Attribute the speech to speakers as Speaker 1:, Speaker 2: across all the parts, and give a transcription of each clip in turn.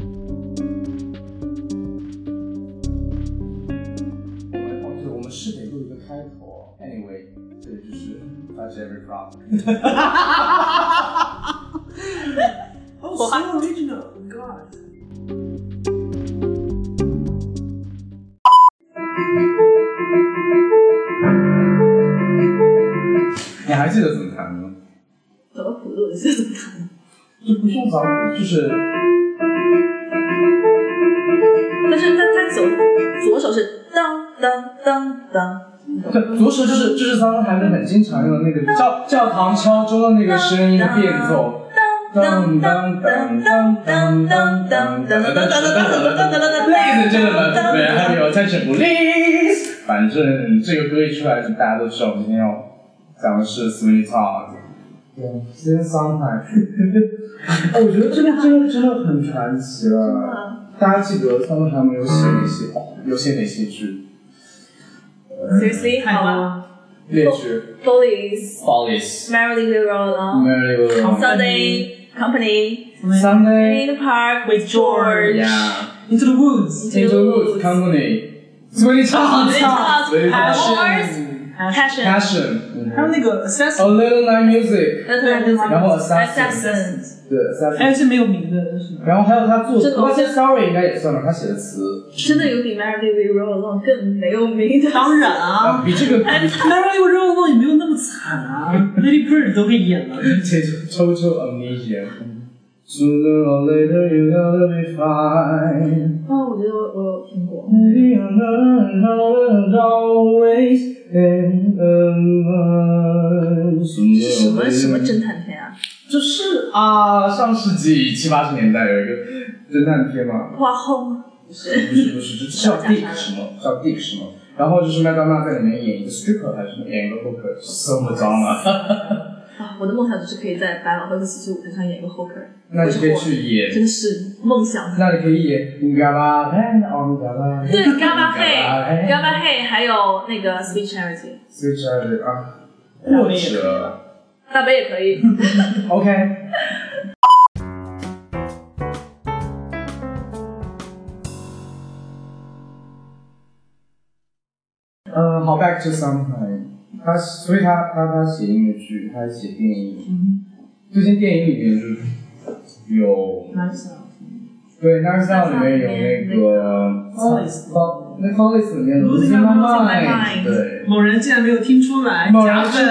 Speaker 1: 哦 that's every problem.
Speaker 2: Oh,
Speaker 3: What?
Speaker 2: so original. God.
Speaker 1: 你还记得怎么弹吗？
Speaker 3: 怎么谱子我是怎么弹的？
Speaker 1: 这不算早，就是
Speaker 3: 但是他他手左手是当当当当，
Speaker 1: 对，左手就是就是咱们孩子很经常用的那个教教堂敲钟的那个声音的变奏。
Speaker 3: 当当当当当当当当当当当当当
Speaker 1: 类似这个版本，还有战胜不力。反正这个歌一出来，就大家都知道我们今天要讲的是 Sweet Talk。对，先桑海。哎，我觉得这个这个真的很传奇了。大家记得桑海没有写哪些有写哪些剧？
Speaker 3: Seriously，好吗
Speaker 1: 列举
Speaker 3: ？Bullies,
Speaker 1: Follies、
Speaker 3: merrily we roll along,
Speaker 1: Merry Little Woman
Speaker 3: Sunday company,
Speaker 1: Sunday
Speaker 3: in the park with George,
Speaker 1: Yeah.
Speaker 2: Into the woods.
Speaker 3: into the
Speaker 1: Into
Speaker 3: woods,
Speaker 1: company. 所以唱
Speaker 3: Sweet Talk, passion,
Speaker 1: passion.
Speaker 2: 还有那个 assassin，
Speaker 1: A little night music. 然后 assassin.
Speaker 3: assassin，
Speaker 1: 对
Speaker 2: 还有
Speaker 1: assassin。
Speaker 2: 一些没有名的，是吗？
Speaker 1: 然后还有他做
Speaker 3: 这个我
Speaker 1: 他这 story 应该也算吧，他写的词，
Speaker 3: 真的有比 merrily we roll along 更没有名的。
Speaker 2: 当然啊。
Speaker 1: 比这个
Speaker 2: 哎 m a r i l y Roll Along 也没有那么惨啊，Lady Bird 都可以演了。
Speaker 1: 写抽抽 amnesia。Sooner or later you gotta be fine.
Speaker 3: 哦，我觉得我我有听过。
Speaker 1: Maybe another dollar always in the mind. Sooner or
Speaker 3: 什么
Speaker 1: later-
Speaker 3: 什么侦探片啊？
Speaker 1: 就是啊，上世纪七八十年代有一个侦探片嘛，
Speaker 3: 哇轰！是
Speaker 1: 不是不是，就是叫 Dick 什么，叫 Dick 什么，然后就是麦当娜在里面演一个 stripper 还是什么，演一个 hooker，这么脏啊！
Speaker 3: 啊，我的梦想就是可以在百老汇和喜剧舞台上演一个 hooker，
Speaker 1: 那你可以去演，
Speaker 3: 真的是梦想。
Speaker 1: 那你可以演哦 Gaba and on Gaba，
Speaker 3: 对，Gamma Hey、
Speaker 1: Gaba
Speaker 3: Gamma Hey，还有那个 Sweet Charity，
Speaker 1: Switch Every 啊，或者
Speaker 3: 大北也可以。
Speaker 1: OK，嗯，好，Back to Something，他所以他他他写音乐剧，他还写电影，
Speaker 2: 嗯，
Speaker 1: 最近电影里面就是有
Speaker 2: 蛮想。
Speaker 1: 对《Knock Down》里面有那个
Speaker 2: Follies
Speaker 1: 哦那 Follies 里面的
Speaker 2: Losing My
Speaker 3: Mind
Speaker 1: 对，
Speaker 2: 某人竟然没有听出来，
Speaker 1: 某人
Speaker 2: 假 粉，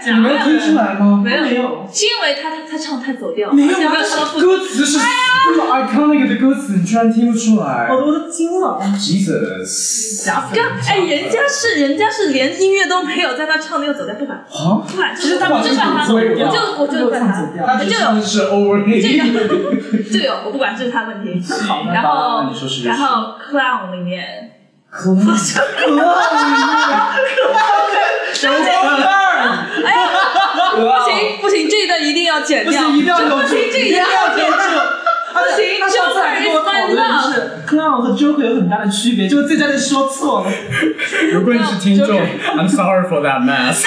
Speaker 1: 你
Speaker 2: 假
Speaker 1: 没有听出
Speaker 2: 粉。
Speaker 1: 来吗？
Speaker 3: 没有
Speaker 2: 没有
Speaker 3: 是因为他他他唱太走调，
Speaker 2: 没
Speaker 1: 啊
Speaker 2: 有
Speaker 3: 而且
Speaker 2: 我
Speaker 3: 没有
Speaker 2: 在
Speaker 3: 唱到副歌。
Speaker 1: 歌词是这么 iconic 的歌词，你居然听不出来
Speaker 2: 我都惊了，
Speaker 1: ？Jesus，
Speaker 2: 假粉。
Speaker 3: 哎，人家是人家是连音乐都没有，在那唱那个走调，不管
Speaker 1: 啊！
Speaker 3: 不管，
Speaker 2: 其实他
Speaker 3: 我
Speaker 2: 们
Speaker 3: 就管他，
Speaker 1: 不会
Speaker 3: 我
Speaker 1: 走调
Speaker 3: 就我就管
Speaker 2: 他们
Speaker 3: 他
Speaker 2: 不会走，调
Speaker 1: 他只唱的是 over
Speaker 3: 这
Speaker 1: me。
Speaker 3: 个这个我不管，这是他问题。
Speaker 1: 好
Speaker 3: 然后
Speaker 1: 你说是
Speaker 3: 然后 clown 里面，
Speaker 1: 可可可
Speaker 3: 哎呀，不行不行，这一段一定要剪
Speaker 1: 不
Speaker 3: 掉，
Speaker 1: 行，一定要
Speaker 3: 这
Speaker 1: 有
Speaker 3: 不行，这
Speaker 1: 一定要有
Speaker 2: 不
Speaker 3: 行
Speaker 2: 他上次还跟我讨论就是 clown 和 joker 有很大的区别，就是这家人说错了。
Speaker 1: 如果你是听众，I'm sorry for that mess。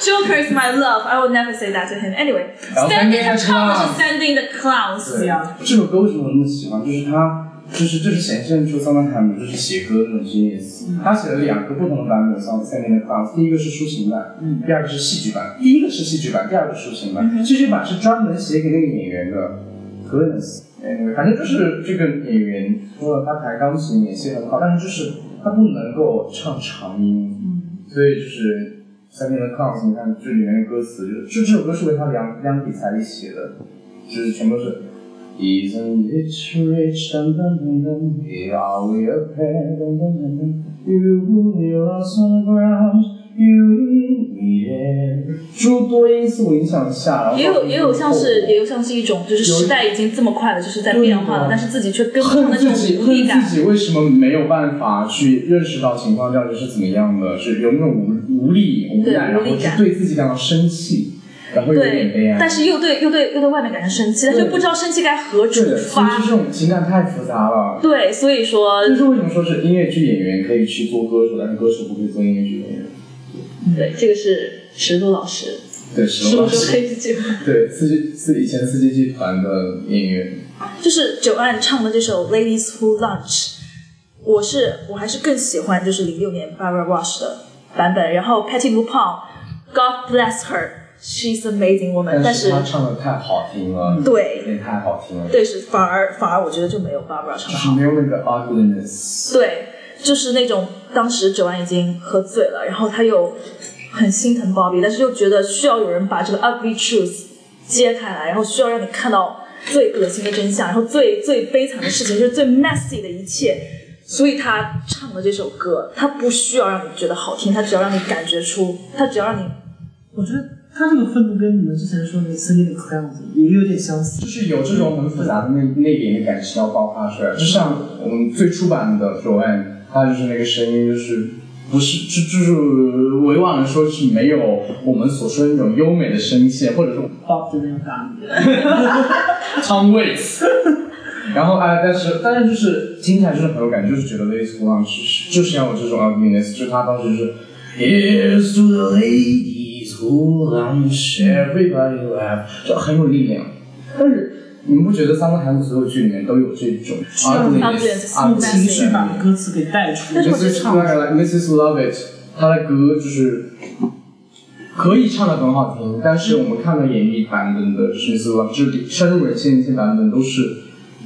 Speaker 3: Joker is my love, I will never say that to him. Anyway,
Speaker 1: 然后
Speaker 3: standing 他
Speaker 1: Sanding the
Speaker 3: 唱的是
Speaker 1: Clowns
Speaker 3: standing the clowns，
Speaker 2: 对呀
Speaker 1: 这首歌为什么我那么喜欢？就是它。就是这是显现出桑德海姆就是写歌这种经验。他写了两个不同的版本《桑三年的 class》，第一个是抒情版，
Speaker 2: 嗯
Speaker 1: 第二个是戏剧版。第一个是戏剧版，第二个是抒情版。戏剧版是专门写给那个演员的，goodness，呃，反正就是这个演员，除了他弹钢琴演戏很好，但是就是他不能够唱长音，所以就是三年的 class，你看这里面的歌词，就是这这首歌是为他量量体裁力写的，就是全部是。Isn't it rich? Dun dun dun dun. Are we a pair? Dun dun dun dun. You, you lost on the ground. You in the air. 诸多因素影响下，然后
Speaker 3: 也有也有像是也有像是一种就是时代已经这么快了，就是在变化了
Speaker 1: 对的，
Speaker 3: 但是自己却跟不上
Speaker 1: 恨
Speaker 3: 的
Speaker 1: 自
Speaker 3: 那
Speaker 1: 己，
Speaker 3: 种无
Speaker 1: 恨
Speaker 3: 力感。
Speaker 1: 自己为什么没有办法去认识到情况到底是怎么样的，是有那种无无力、无
Speaker 3: 对
Speaker 1: 奈，然
Speaker 3: 无力
Speaker 1: 后
Speaker 3: 感
Speaker 1: 是对自己感到生气，然后有点悲
Speaker 3: 对
Speaker 1: 哀，。
Speaker 3: 但是又对又对又对外面感到生气，但是又不知道生气该何处
Speaker 1: 对的，所以
Speaker 3: 发
Speaker 1: 就。嗯这种情感太复杂了。
Speaker 3: 对，所以说
Speaker 1: 这就是为什么说是音乐剧演员可以去做歌手，但是歌手不可以做音乐剧演员。
Speaker 3: 对，这个是石头老师，
Speaker 1: 对，
Speaker 3: 是
Speaker 1: 石
Speaker 3: 不
Speaker 1: 老
Speaker 3: 是
Speaker 1: 师，
Speaker 3: 这句话？
Speaker 1: 对，四季四以前四季剧团的演员，
Speaker 3: 就是九岸唱的这首《Ladies Who Lunch》，我是我还是更喜欢就是零六年 Barbara Rush 的版本，然后 Patty l u p o n God bless her, she's amazing woman。但是
Speaker 1: 他唱的太好听了，有
Speaker 3: 对
Speaker 1: 点太好听了，
Speaker 3: 对是反而反而我觉得就没有 Barbara 唱
Speaker 1: 就
Speaker 3: 得
Speaker 1: 是
Speaker 3: 好。
Speaker 1: 没有那个 ugliness。
Speaker 3: 对，就是那种当时九安已经喝醉了，然后他又很心疼 Bobby，但是又觉得需要有人把这个 ugly truth 揭开来，然后需要让你看到最恶心的真相，然后最最悲惨的事情，就是最 messy 的一切。所以他唱的这首歌，他不需要让你觉得好听，他只要让你感觉出，他只要让你
Speaker 2: 我觉得他这个愤怒跟你们之前说那个 c i n d y Clowns 也有点相似
Speaker 1: 就。是有这种很复杂的内内敛的感情要爆发出来，就像我们最初版的 Joanne，她就是那个声音，就是不是就就是委婉的说是没有我们所说的那种优美的声线，或者说
Speaker 2: Bob 就那样打你，
Speaker 1: Tom Waits。然后啊、但是但是就是听起来就是很有感觉，就是觉得 Lady s o n 是就是要有这种 ugliness，就是他当时是 Here's to the ladies who lunch everybody left，就很有力量。但是你们不觉得三个韩国所有剧里面都有这种 ugliness
Speaker 3: ugliness，
Speaker 1: 啊
Speaker 2: 用情绪把歌词给带出
Speaker 3: 但
Speaker 2: 来
Speaker 3: 是。我觉得
Speaker 1: Mrs.
Speaker 3: 唱不出
Speaker 1: Mrs. Lovett，她的歌就是可以唱的很好听，但是我们看了演绎版本的 Mrs. Lovett，就是深入人心的一些版本都是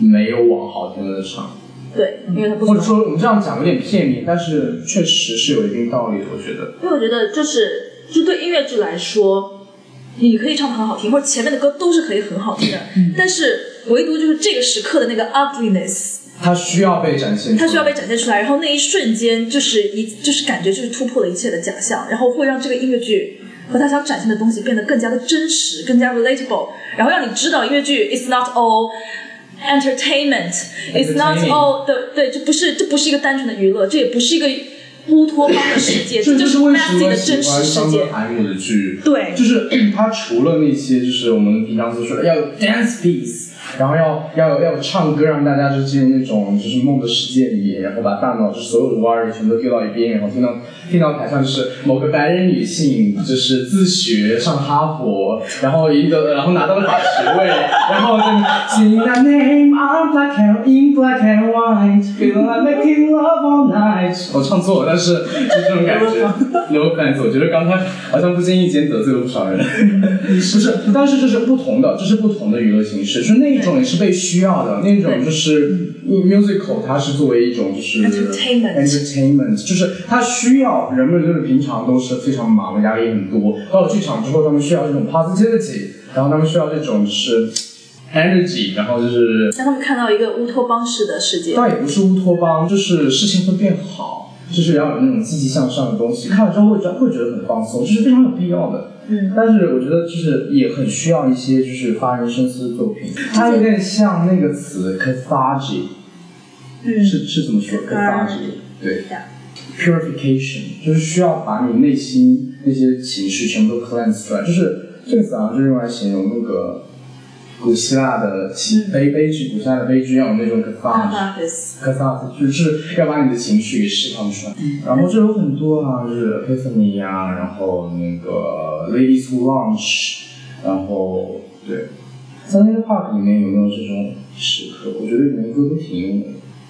Speaker 1: 没有往好听的唱。
Speaker 3: 对，因为他不
Speaker 1: 或者
Speaker 3: 喜欢
Speaker 1: 说我们这样讲有点片面，但是确实是有一定道理的，我觉得。
Speaker 3: 因为我觉得就是就对音乐剧来说，你可以唱的很好听，或者前面的歌都是可以很好听的，但是唯独就是这个时刻的那个 ugliness，
Speaker 1: 它需要被展现出来，
Speaker 3: 它需要被展现出来，然后那一瞬间就是一就是感觉就是突破了一切的假象，然后会让这个音乐剧。和他想展现的东西变得更加的真实，更加 relatable，然后让你知道音乐剧 is not all entertainment，is not
Speaker 1: Entertaining
Speaker 3: all 对对，这不是这不是一个单纯的娱乐，这也不是一个乌托邦的世界，
Speaker 1: 这
Speaker 3: 这就
Speaker 1: 就是是为什
Speaker 3: messy
Speaker 1: 么
Speaker 3: 的
Speaker 1: 喜
Speaker 3: 真实
Speaker 1: 欢
Speaker 3: 世
Speaker 1: 上
Speaker 3: 界
Speaker 1: 个。韩国的剧，
Speaker 3: 对
Speaker 1: 就是 它除了那些就是我们平常所说的哎要有 dance piece，然后要要要有唱歌，让大家就进入那种就是梦的世界里，然后把大脑就是所有的 worry 全都丢到一边，然后听到听到台上就是某个白人女性就是自学上哈佛，然后赢得然后拿到了法学位，然后在那 sing the name I'm black and in black and white feel like making love all night，我唱错了，但是就这种感觉。No offense，我觉得刚才好像不经意间得罪了不少人。不嗯是，但是这是不同的，这是不同的娱乐形式，就是那一种也是被需要的，那种就是嗯 musical，它是作为一种就是
Speaker 3: Entertainment
Speaker 1: entertainment，就是它需要人们就是平常都是非常忙，压力很多，到了剧场之后，他们需要这种 positivity，然后他们需要这种就是 energy，然后就是
Speaker 3: 让他们看到一个乌托邦式的世界。
Speaker 1: 倒也不是乌托邦，就是事情会变好，就是要有那种积极向上的东西。看了之后会觉得会觉得很放松，这是非常有必要的。
Speaker 3: 嗯，
Speaker 1: 但是我觉得就是也很需要一些就是发人深思的作品，它有点像那个词 cathartic，、
Speaker 3: 嗯
Speaker 1: 是是这么说 cathartic，对，purification 就是需要把你内心那些情绪全部都 cleanse 出来，就是这个词好像就是用来形容那个古希腊的
Speaker 3: 嗯
Speaker 1: 喜悲悲剧，古希腊的悲剧要有那种
Speaker 3: 啊
Speaker 1: cathartic。可萨就是要把你的情绪给释放出来。
Speaker 3: 嗯
Speaker 1: 然后这有很多啊，就是 Epiphany 啊，然后那个 Ladies Who Lunch，然后对，三天 Park 里面有没有这种时刻？我觉得里面歌都挺用的。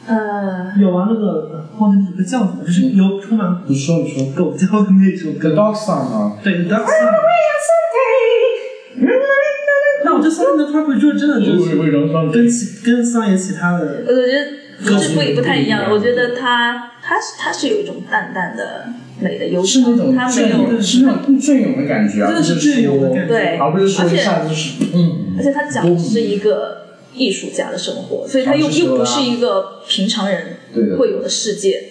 Speaker 3: 呃，
Speaker 2: 有啊，那个忘记怎么叫什么，就是有充满
Speaker 1: 你说，你说。
Speaker 2: 狗叫的那首
Speaker 1: The
Speaker 2: 歌。
Speaker 1: Dog Song 啊，
Speaker 2: 对，Dark Side。那我觉得 Sunday in the Park 就是真的就是
Speaker 1: 容双
Speaker 2: 跟其跟桑野其他的
Speaker 3: 我觉得
Speaker 1: 歌
Speaker 3: 这
Speaker 1: 曲
Speaker 3: 不不太一
Speaker 1: 不
Speaker 3: 样。
Speaker 1: 一样
Speaker 3: 我觉得它它是它是有一种淡淡的美的忧
Speaker 1: 是那种
Speaker 3: 伤，它没
Speaker 1: 隽
Speaker 3: 有，
Speaker 1: 永，是那种隽永的感觉啊，
Speaker 2: 真的是隽永的感觉
Speaker 3: 对
Speaker 1: 而不是说
Speaker 3: 而
Speaker 1: 一
Speaker 3: 且
Speaker 1: 下子就是嗯，
Speaker 3: 而且它讲的是一个艺术家的生活，所以它又
Speaker 1: 尝试
Speaker 3: 又
Speaker 1: 说
Speaker 3: 不
Speaker 1: 啊
Speaker 3: 是一个平常呃人
Speaker 1: 对的
Speaker 3: 会有的世界。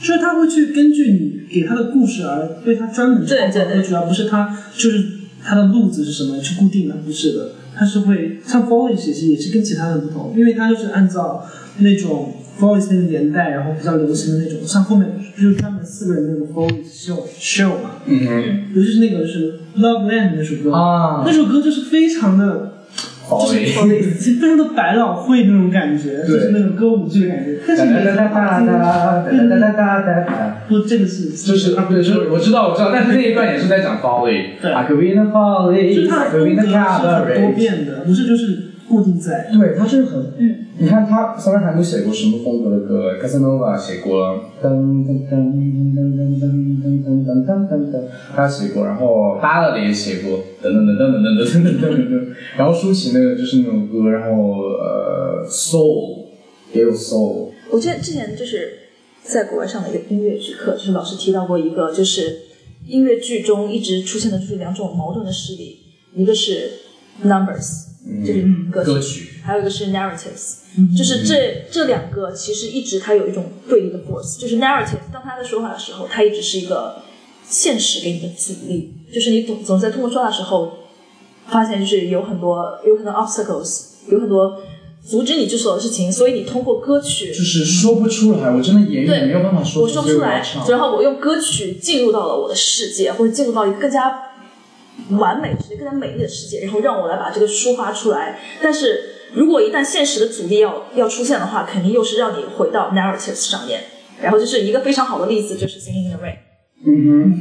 Speaker 2: 就是他会去根据你给他的故事而对他专门创造
Speaker 3: 对对对
Speaker 2: 歌曲，而不是他就是他的路子是什么去固定的，不是的，他是会像 Voice 也是也是跟其他的不同，因为他就是按照那种 Voice 那个年代，然后比较流行的那种，像后面就是专门四个人那个 Voice show show 嘛，
Speaker 1: 嗯哼
Speaker 2: 尤其是那个是 Love Land 那首歌，
Speaker 1: 啊
Speaker 2: 那，首歌就是非常的。
Speaker 1: 好
Speaker 2: 就是
Speaker 1: 嘞。
Speaker 2: 非常的百老汇那种感觉，就
Speaker 1: 对
Speaker 2: 是那种歌舞剧的感觉。
Speaker 1: 哒
Speaker 2: 但是你
Speaker 1: 哒哒哒哒哒哒哒哒哒哒。
Speaker 2: 不，这个是
Speaker 1: 就是啊，不对，就是我知道，我知道，但是那一段也是在讲 folly，
Speaker 2: 对
Speaker 1: 啊，可 e 的 folly，
Speaker 2: 就是它的
Speaker 1: 可
Speaker 2: 风
Speaker 1: e
Speaker 2: 格
Speaker 1: 的
Speaker 2: 是很多
Speaker 1: cabaret，
Speaker 2: 变的，不是就是固定在。
Speaker 1: 对，他是很，
Speaker 3: 嗯，
Speaker 1: 你看他桑德海姆写过什么风格的歌？Casanova 写过噔噔噔噔噔噔噔噔噔噔噔噔，他写过，然后巴勒的也写过，等等等等等等等等等等等，然后抒情的就是那种歌，然后呃，soul 也有 soul，
Speaker 3: 我记得之前就是在国外上的一个音乐剧课，就是老师提到过一个，就是音乐剧中一直出现的就是两种矛盾的势力，一个是 numbers，就是
Speaker 1: 嗯，
Speaker 3: 歌
Speaker 1: 歌
Speaker 3: 曲，
Speaker 1: 曲，
Speaker 3: 还有一个是 narratives，就是这这两个其实一直它有一种对立的 force，就是 narrative，当他在说话的时候，它一直是一个现实给你的阻力，就是你总总在通过说话的时候，发现就是有很多有很多 obstacles，有很多阻止你去做的事情，所以你通过歌曲
Speaker 1: 就是说不出来，我真的言语
Speaker 3: 对
Speaker 1: 没有办法说
Speaker 3: 我
Speaker 1: 出
Speaker 3: 说
Speaker 1: 来，
Speaker 3: 不
Speaker 1: 所以
Speaker 3: 出
Speaker 1: 我要
Speaker 3: 来
Speaker 1: 唱，。
Speaker 3: 然后我用歌曲进入到了我的世界，或者进入到一个更加完美、更加美丽的世界，然后让我来把这个抒发出来。但是如果一旦现实的阻力要要出现的话，肯定又是让你回到 narratives 上面。然后就是一个非常好的例子，就是《Singing in the Rain》。
Speaker 1: 嗯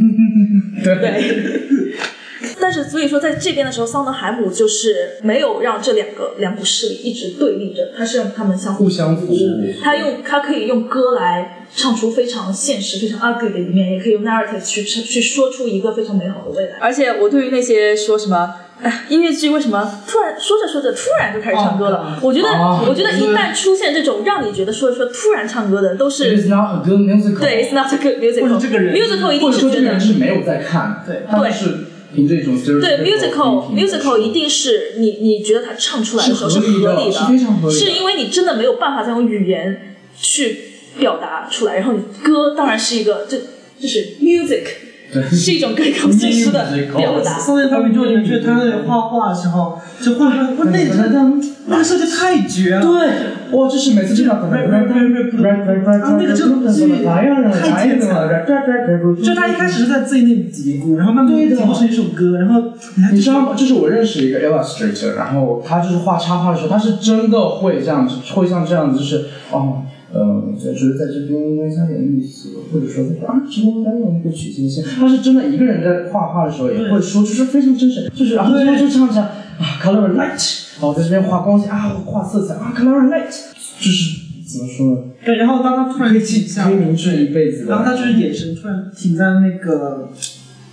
Speaker 1: 哼，对，
Speaker 3: 对。 但是所以说，在这边的时候，桑德海姆就是没有让这两个两股势力一直对立着，他是让他们相互
Speaker 1: 互相服务，
Speaker 3: 他用他可以用歌来唱出非常现实、非常 ugly 的一面，也可以用 narrative 去去说出一个非常美好的未来。而且我对于那些说什么。哎，音乐剧为什么突然说着说着突然就开始唱歌了
Speaker 2: 哦
Speaker 3: 我觉得，
Speaker 1: 哦
Speaker 3: 我觉得一旦出现这种让你觉得说着说着突然唱歌的，都
Speaker 1: It
Speaker 3: 是
Speaker 1: is not a good musical，
Speaker 3: 对，it's not a good
Speaker 2: 或
Speaker 3: musical。
Speaker 2: 者这个人
Speaker 3: musical 一
Speaker 1: 或者
Speaker 3: 定是
Speaker 1: 说这个
Speaker 3: 觉得
Speaker 1: 人是没有在看，
Speaker 2: 对
Speaker 1: 他就是凭这种
Speaker 3: 对 musical
Speaker 1: musical
Speaker 3: musical 一定是你你觉得它唱出来的时候
Speaker 1: 是
Speaker 3: 是
Speaker 1: 合理的
Speaker 3: 合理
Speaker 1: 是非常合理的
Speaker 3: 是因为你真的没有办法再用语言去表达出来，然后你歌当然是一个这就是 music 是一种更高形式的
Speaker 1: Musical
Speaker 3: 表达。
Speaker 2: 上面他们就你觉得他在画画的时候，就画画，哇，
Speaker 1: 嗯
Speaker 2: 那个真的那个设计太绝了。
Speaker 1: 对，哇，就是每次这样，来呀来呀，
Speaker 2: 就他一开始是在自己那里嘀咕，然后慢慢
Speaker 1: 对
Speaker 2: 嘀
Speaker 1: 的
Speaker 2: 咕出一首歌，然后你看
Speaker 1: 你知道吗？就是我认识一个 illustrator，然后他就是画插画的时候，他是真的会这样，会像这样子，就是哦。嗯，就是在这边加点意思，或者说啊，这边再用一个曲线线，他是真的一个人在画画的时候也会说，就是非常真实，就是然后最后就唱着啊，color and light，然后在这边画光线啊，画色彩啊，color and light，就是怎么说呢？
Speaker 2: 对，然后当他突然停下
Speaker 1: 可以，凝聚一辈子的。
Speaker 2: 然后他就是眼神突然停在那个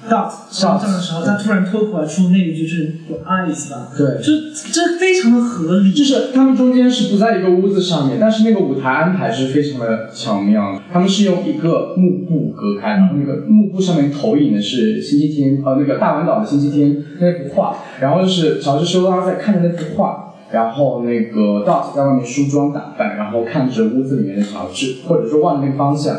Speaker 2: dot 上的时候，他突然脱口而出那一句是 your eyes 吧，
Speaker 1: 对，
Speaker 2: 这这非常的合理，
Speaker 1: 就是他们中间是不在一个屋子上面，但是那个舞台安排是非常的巧妙的。他们是用一个幕布隔开，然后那个幕布上面投影的是星期天，呃，那个大丸岛的星期天那幅画，然后就是乔治修拉在看着那幅画。然后那个 Dot 在外面梳妆打扮，然后看着屋子里面的乔治，或者说望着那个方向，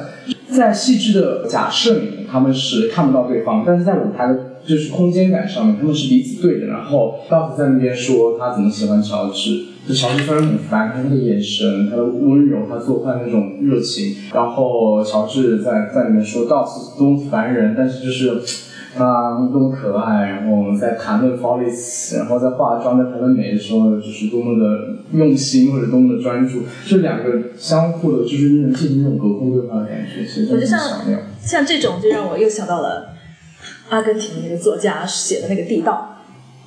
Speaker 1: 在戏剧的呃假设里面，他们是看不到对方，但是在舞台的就是空间感上面，他们是彼此对着。然后 Dot 在那边说他怎么喜欢乔治，就乔治虽然很烦，他那个眼神，他的温柔，他做饭那种热情。然后乔治在在里面说 Dot 是多么烦人，但是就是。啊，多么可爱！然后我们在谈论 Follies，然后在化妆、在谈论美的时候，就是多么的用心或者多么的专注，这两个相互的，就是那种进行那种隔空对话的感觉，其实
Speaker 3: 我
Speaker 1: 真
Speaker 3: 就
Speaker 1: 的
Speaker 3: 像
Speaker 1: 很巧妙。
Speaker 3: 像这种就让我又想到了阿根廷那个作家写的那个地道。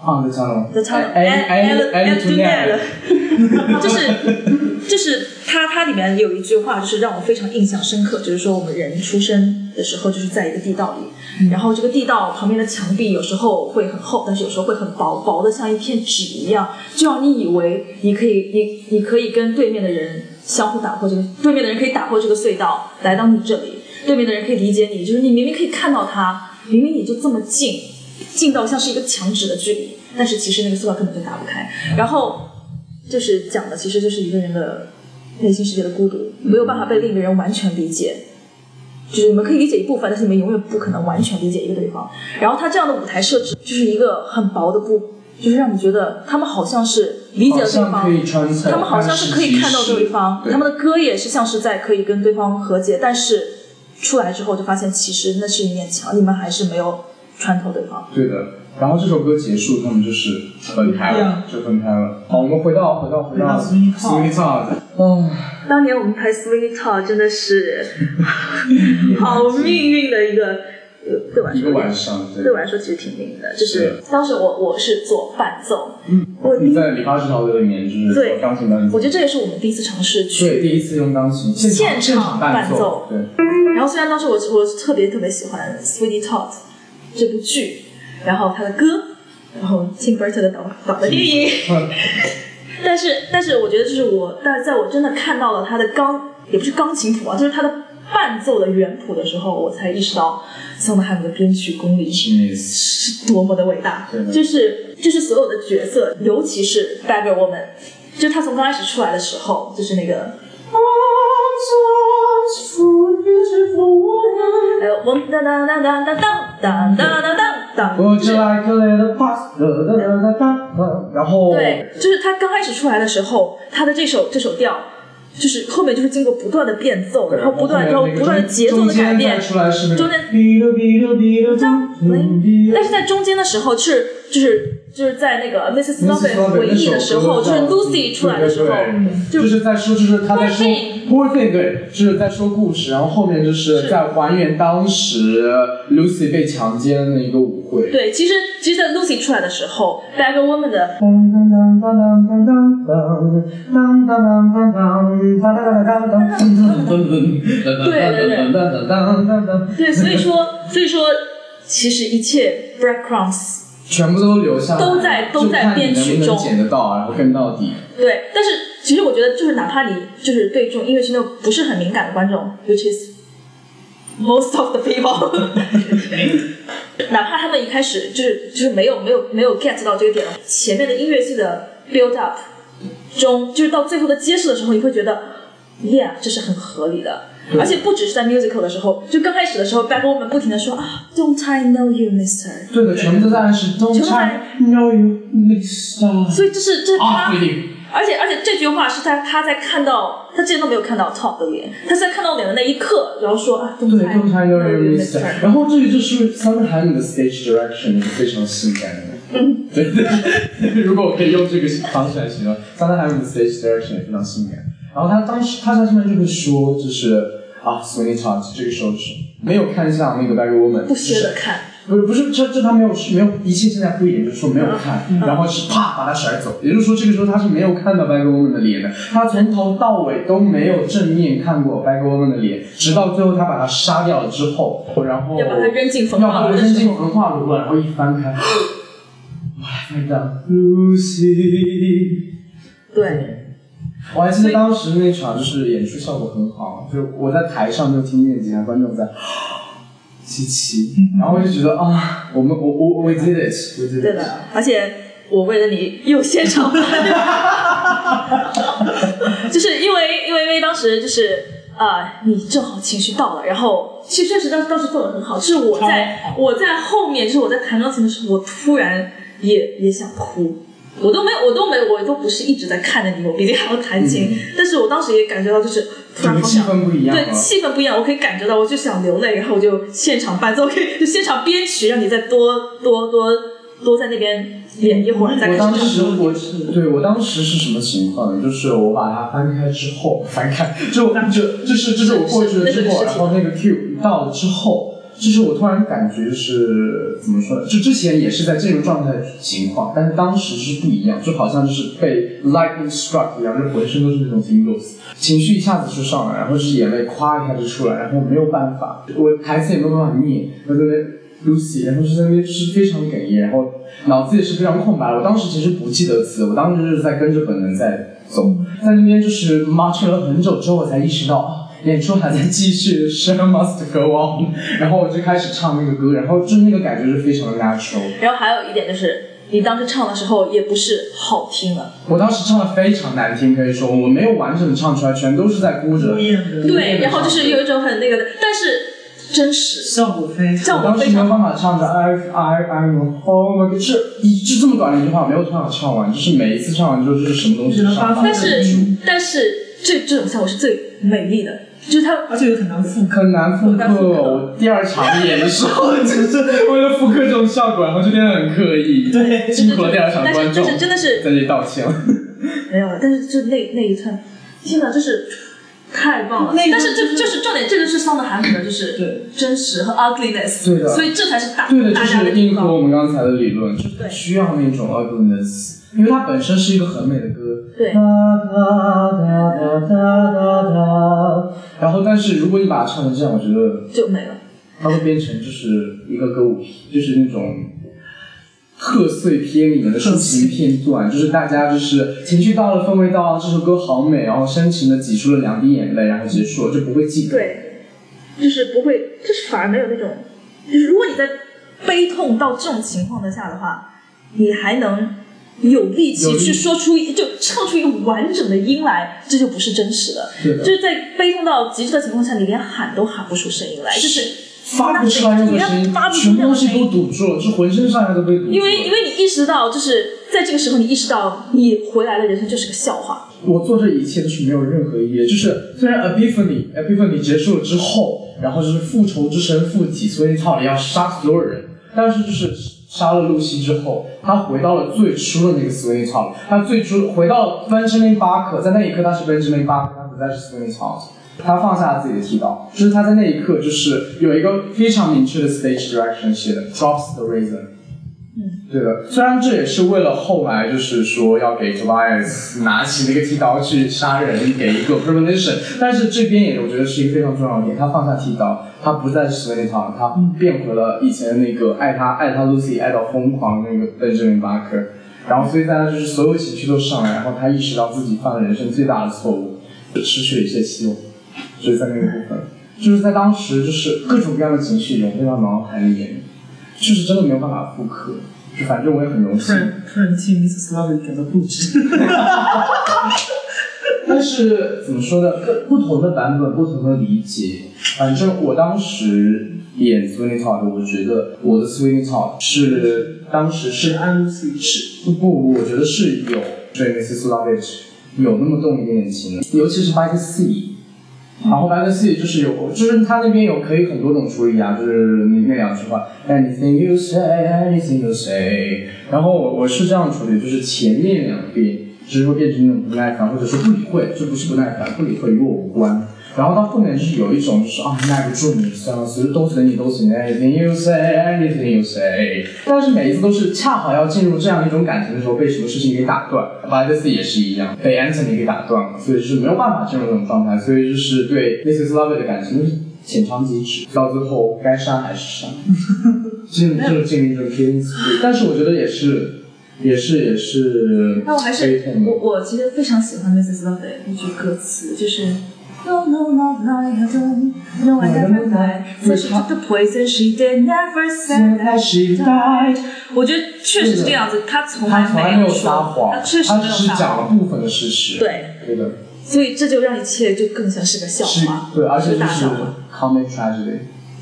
Speaker 1: 啊，就像那种
Speaker 3: The Town of
Speaker 1: L L
Speaker 3: L
Speaker 1: L to Nail，
Speaker 3: 就是就是它它里面有一句话，就是让我非常印象深刻，就是说我们人出生的时候就是在一个地道里，然后这个地道旁边的墙壁有时候会很厚，但是有时候会很薄，薄的像一片纸一样，就让你以为你可以你你可以跟对面的人相互打破这个，对面的人可以打破这个隧道来到你这里，对面的人可以理解你，就是你明明可以看到他，明明你就这么近，近到像是一个墙纸的距离，但是其实那个塑料根本就打不开。然后就是讲的，其实就是一个人的内心世界的孤独，没有办法被另一个人完全理解。就是你们可以理解一部分，但是你们永远不可能完全理解一个对方。然后他这样的舞台设置就是一个很薄的布，就是让你觉得他们好像是理解了对
Speaker 1: 好像可以
Speaker 3: 方，
Speaker 1: 穿透，
Speaker 3: 他们好像是可以看到对方，
Speaker 1: 但是其实
Speaker 3: 他们的歌也是像是在可以跟对方和解，但是出来之后就发现其实那是一面墙，你们还是没有穿透对方。
Speaker 1: 对的。然后这首歌结束，他们就是分开了，就分开了。好，我们回到回到回到
Speaker 2: 回到 Sweeney Todd
Speaker 1: Sweeney Todd 嗯，
Speaker 3: 当年我们拍《Swing It Out》真的是好命运的一个呃对我来
Speaker 1: 一
Speaker 3: 说
Speaker 1: 个晚上，
Speaker 3: 对我来说其实挺灵的，就是当时我我是做伴奏，
Speaker 1: 嗯，
Speaker 3: 我
Speaker 1: 你在理发师团队里面就是做
Speaker 3: 对
Speaker 1: 钢琴伴奏，
Speaker 3: 我觉得这也是我们第一次尝试去
Speaker 1: 对第一次用钢琴
Speaker 3: 现场
Speaker 1: 场现伴
Speaker 3: 伴奏
Speaker 1: 对，
Speaker 3: 然后虽然当时我我特别特别喜欢《Sweeney Todd》这部剧，然后他的歌，然后 Tim Burton 的导导的电影， 但是但是我觉得就是我，但在我真的看到了他的钢也不是钢琴谱啊，就是他的伴奏的原谱的时候，我才意识到桑德海姆的编曲功力是
Speaker 1: 是
Speaker 3: 是多么的伟大
Speaker 1: 对，的
Speaker 3: 就是就是所有的角色，尤其是 Beggar Woman，就是他从刚开始出来的时候，就是那个。还有呃我当当当当当当当当当当当，
Speaker 1: Would you like a little pasta？哒哒哒哒哒然后
Speaker 3: 对，就是他刚开始出来的时候，他的这首这首调，就是后面就是经过不断的变奏，
Speaker 1: 对
Speaker 3: 然后不断
Speaker 1: 面
Speaker 3: 然后
Speaker 1: 那个
Speaker 3: 不断的
Speaker 1: 中
Speaker 3: 节奏的
Speaker 1: 中
Speaker 3: 改
Speaker 1: 间再
Speaker 3: 变，
Speaker 1: 出来是那个
Speaker 3: 中间
Speaker 1: 哔噜哔噜哔噜哔噜
Speaker 3: 但是在中间的时候是就是就是在那个 Mrs.
Speaker 1: Mrs.
Speaker 3: Lovett
Speaker 1: Lovett
Speaker 3: 回忆的时候，
Speaker 1: 那
Speaker 3: 就
Speaker 1: 首
Speaker 3: 是
Speaker 1: 歌
Speaker 3: Lucy 出来的时候，
Speaker 1: 对对对
Speaker 3: 就
Speaker 1: 就是在说，就是他在说
Speaker 3: Poor thing
Speaker 1: poor thing，对，就是在说故事，然后后面就是
Speaker 3: 是
Speaker 1: 在还原当时 Lucy 被强奸的一个舞会。
Speaker 3: 对，其实其实，在 Lucy 出来的时候，Beggar Woman 的
Speaker 1: 当当当当当当当当当当当当当当当当当当当当当当，
Speaker 3: 对，所以说所以说，其实一切 breadcrumbs
Speaker 1: 全部都留下来，
Speaker 3: 都在都在
Speaker 1: 就看你
Speaker 3: 编曲
Speaker 1: 能不
Speaker 3: 中
Speaker 1: 能剪得到，啊然后跟到底。
Speaker 3: 对，但是其实我觉得，就是哪怕你就是对这种音乐性都不是很敏感的观众，which is most of the people，哪怕他们一开始就是就是没有没有没有 get 到这个点，前面的音乐性的 build up 中，就是到最后的揭示的时候，你会觉得，yeah，这是很合理的。而且不只是在 musical 的时候，就刚开始的时候，back 我们不停的说啊，Don't I know you, Mister？
Speaker 1: 对的，全部都在暗示 Don't
Speaker 3: 全部在
Speaker 1: try know 啊 you Lisa
Speaker 3: 所以这是这是他
Speaker 1: off with you。
Speaker 3: 而且而且这句话是在他在看到他之前都没有看到 Top 的脸，他在看到脸的那一刻，然后说啊，动
Speaker 1: 对，动态
Speaker 3: 态
Speaker 1: 要有
Speaker 3: 有
Speaker 1: 意思。然后这个就是他们喊你的 stage direction 是非常性感的。 嗯，对对。 如果我可以用这个方式来形容，桑德海姆的 stage direction 也非常性感。然后他当时他在上面就会说，就是啊 s w i n n y Todd 这个时候是没有看向那个 Bagger Woman，
Speaker 3: 不屑
Speaker 1: 就是
Speaker 3: 的看，
Speaker 1: 不是不是，这这他没有没有一切正在推演，就是说没有看，
Speaker 3: 嗯
Speaker 1: 然后是啪把他甩走，也就是说这个时候他是没有看到 Bagger Woman 的脸的，他从头到尾都没有正面看过 Bagger Woman 的脸，直到最后他把他杀掉了之后，然后
Speaker 3: 要把他扔进焚化炉
Speaker 1: 要把
Speaker 3: 的
Speaker 1: 他扔
Speaker 3: 时
Speaker 1: 进
Speaker 3: 候，
Speaker 1: 焚化炉了，然后一翻开，我来翻到 Lucy。
Speaker 3: 对，
Speaker 1: 我还记得当时那场就是演出效果很好，就是我在台上就听见几下观众在吸气，然后我就觉得啊，我们我我 we did it，we did it。
Speaker 3: 对的，而且我为了你又现场拍， 就是因为因为因为当时就是啊、呃你正好情绪到了，然后其实确实当当时做的很好，就是我在我在后面，就是我在弹钢琴的时候，我突然也也想哭。我都没有，我都没有，我都不是一直在看着你，我毕竟还要弹琴。但是我当时也感觉到，就是突然好想，
Speaker 1: 嗯这个气氛不一样啊
Speaker 3: 对，
Speaker 1: 了
Speaker 3: 气氛不一样，我可以感觉到，我就想流泪，然后我就现场伴奏，可以 就现场编曲，让你再多多多多在那边演一会儿，再开
Speaker 1: 我
Speaker 3: 始
Speaker 1: 当
Speaker 3: 唱
Speaker 1: 时
Speaker 3: 歌。
Speaker 1: 我是对我当时是什么情况呢？就是我把它翻开之后，翻开，就我就就是就是我过去了之后，然后那个 Q 到了之后，就是我突然感觉是怎么说呢？就之前也是在这种状态的情况，但是当时是不一样，就好像就是被 lightning struck 一样，就浑身都是那种 tingles，情绪一下子就上来，然后就是眼泪咵一下就出来，然后没有办法，我台词也没有办法念，我在那边 Lucy，然后是在那边是非常哽咽，然后脑子也是非常空白。我当时其实不记得词，我当时就是在跟着本能在走，在那边就是 march 了很久之后，我才意识到啊演出还在继续，show must go on。然后我就开始唱那个歌，然后就是那个感觉是非常的 natural。
Speaker 3: 然后还有一点就是，你当时唱的时候也不是好听了，
Speaker 1: 我当时唱的非常难听，可以说我没有完整的唱出来，全都是在哭着。
Speaker 3: 对，然后就是有一种很那个的，但是真实，
Speaker 2: 效果非常
Speaker 3: 效
Speaker 1: 我
Speaker 3: 果
Speaker 1: 当
Speaker 3: 非
Speaker 1: 时没有
Speaker 3: 常。
Speaker 1: 办法唱着 I I I know oh my god，就是一就这么短的一句话没有办法唱完，就是每一次唱完之后就是什么东西
Speaker 2: 只
Speaker 1: 上来
Speaker 2: 能发疯
Speaker 3: 但是
Speaker 1: 嗯
Speaker 3: 但是这这种效果是最美丽的，就是它
Speaker 2: 而且又很难复刻。
Speaker 1: 很难复
Speaker 3: 很难
Speaker 1: 刻。
Speaker 3: 复刻
Speaker 1: 我第二场演的时候，就是为了复刻这种效果，然后就变得很刻意，
Speaker 2: 对
Speaker 1: 辛苦了第二场
Speaker 3: 但是
Speaker 1: 观众，
Speaker 3: 但是真的是
Speaker 1: 在这里道歉了。
Speaker 3: 没有了，但是就那那一串，天哪，就是太棒了。
Speaker 2: 那个
Speaker 3: 但是
Speaker 2: 就是
Speaker 3: 这就是重点，这个是放在韩国的，就是
Speaker 2: 对，
Speaker 3: 真实和 ugliness，
Speaker 1: 对的
Speaker 3: 所以这才是大
Speaker 1: 对的，就
Speaker 3: 大家的
Speaker 1: 是
Speaker 3: 地
Speaker 1: 应和
Speaker 3: 方。
Speaker 1: 我们刚才的理论，就是
Speaker 3: 对
Speaker 1: 需要那种 ugliness，因为它本身是一个很美的歌。
Speaker 3: 对
Speaker 1: 哒哒哒哒哒哒哒。然后，但是如果你把它唱成这样，我觉得
Speaker 3: 就没了。
Speaker 1: 它会变成就是一个歌舞，就是那种贺岁片里面的抒情片段，就是大家就是情绪到了，氛围到了，这首歌好美，然后深情的挤出了两滴眼泪，然后结束了，就不会记得。
Speaker 3: 对，就是不会，就是反而没有那种，就是如果你在悲痛到这种情况的下的话，你还能有力
Speaker 1: 有力
Speaker 3: 气去说出一就唱出一个完整的音来，这就不是真实的。
Speaker 1: 对的
Speaker 3: 就是在悲痛到极致的情况下，你连喊都喊不出声音来，哎就是
Speaker 1: 发不出来任何声音
Speaker 3: 发，不出
Speaker 1: 全部
Speaker 3: 任
Speaker 1: 东
Speaker 3: 何
Speaker 1: 西
Speaker 3: 声
Speaker 1: 都
Speaker 3: 音。
Speaker 1: 堵住了，就浑身上下都被堵住了。
Speaker 3: 因为因为你意识到，就是在这个时候，你意识到你回来的人生就是个笑话。
Speaker 1: 我做这一切都是没有任何意义的。就是虽然 Epiphany Epiphany 结束了之后，然后就是复仇之神附体，所以他好像要杀所有人，但是就是杀了露西之后，他回到了最初的那个 s w i n n y t o w 他最初回到了 Benjamin Barker，在那一刻他是 Benjamin Barker，他不再是 s w i n n y t o w 他放下了自己的剃刀，就是他在那一刻就是有一个非常明确的 stage direction 写的 drops the razor。对的，虽然这也是为了后来就是说要给 Tobias 拿起那个剃刀去杀人，给一个 premonition，但是这边也我觉得是一个非常重要的点，他放下剃刀，他不再是 s w i n t o w 他变回了以前的那个爱他爱他 Lucy 爱到疯狂的那个 Benjamin Barker，然后所以大家就是所有情绪都上来，然后他意识到自己犯了人生最大的错误，就失去了一些希望，就是在那个部分，就是在当时就是各种各样的情绪涌现到脑海里面，就是真的没有办法复刻。就反正我也很荣
Speaker 2: 突
Speaker 1: 幸，
Speaker 2: 然突然替 Mrs. Lovely 感到不值。
Speaker 1: 但是怎么说呢？各不同的版本，不同的理解。反正我当时演 Sweeney Todd，我觉得我的 Sweeney Todd 是当时是
Speaker 2: 是安露西
Speaker 1: 是不不，我觉得是有对 Mrs. Lovage 有那么动一点点情的，尤其是 By the Sea。然后 By the Sea 就是有，就是他那边有可以很多种处理啊，就是那那两句话，Anything you say, anything you say。然后我我是这样处理，就是前面两遍就是会变成那种不耐烦，或者说不理会，这不是不耐烦，不理会与我无关。然后到后面就是有一种就是啊耐不住你，算了，随都随你都随你，anything you say，anything you say。但是每一次都是恰好要进入这样一种感情的时候，被什么事情给打断。把这次也是一样，被 Anthony 给打断了，所以是没有办法进入这种状态，所以就是对 Mrs. Lovey 的感情就是浅尝即止，到最后该杀还是杀。 进就是进入一种 killing spree，但是我觉得也是，也是也是
Speaker 3: 那我还是
Speaker 1: 悲痛的
Speaker 3: 我，我其实非常喜欢 Mrs. Love 的一句歌词，就是 No no no no I don't no I never died such took the poison she did never said that she died。我觉得确实是这样子，他从
Speaker 1: 他
Speaker 3: 来
Speaker 1: 从来没有
Speaker 3: 说
Speaker 1: 撒谎，
Speaker 3: 他确实没
Speaker 1: 只
Speaker 3: 有
Speaker 1: 是
Speaker 3: 撒
Speaker 1: 讲了
Speaker 3: 谎，
Speaker 1: 部分的事实。
Speaker 3: 对，
Speaker 1: 对的，
Speaker 3: 所以这就让一切就更像是个笑
Speaker 1: 是
Speaker 3: 话，，
Speaker 1: 对，而且
Speaker 3: 是
Speaker 1: 就
Speaker 3: 大
Speaker 1: 是
Speaker 3: 笑话，
Speaker 1: common tragedy，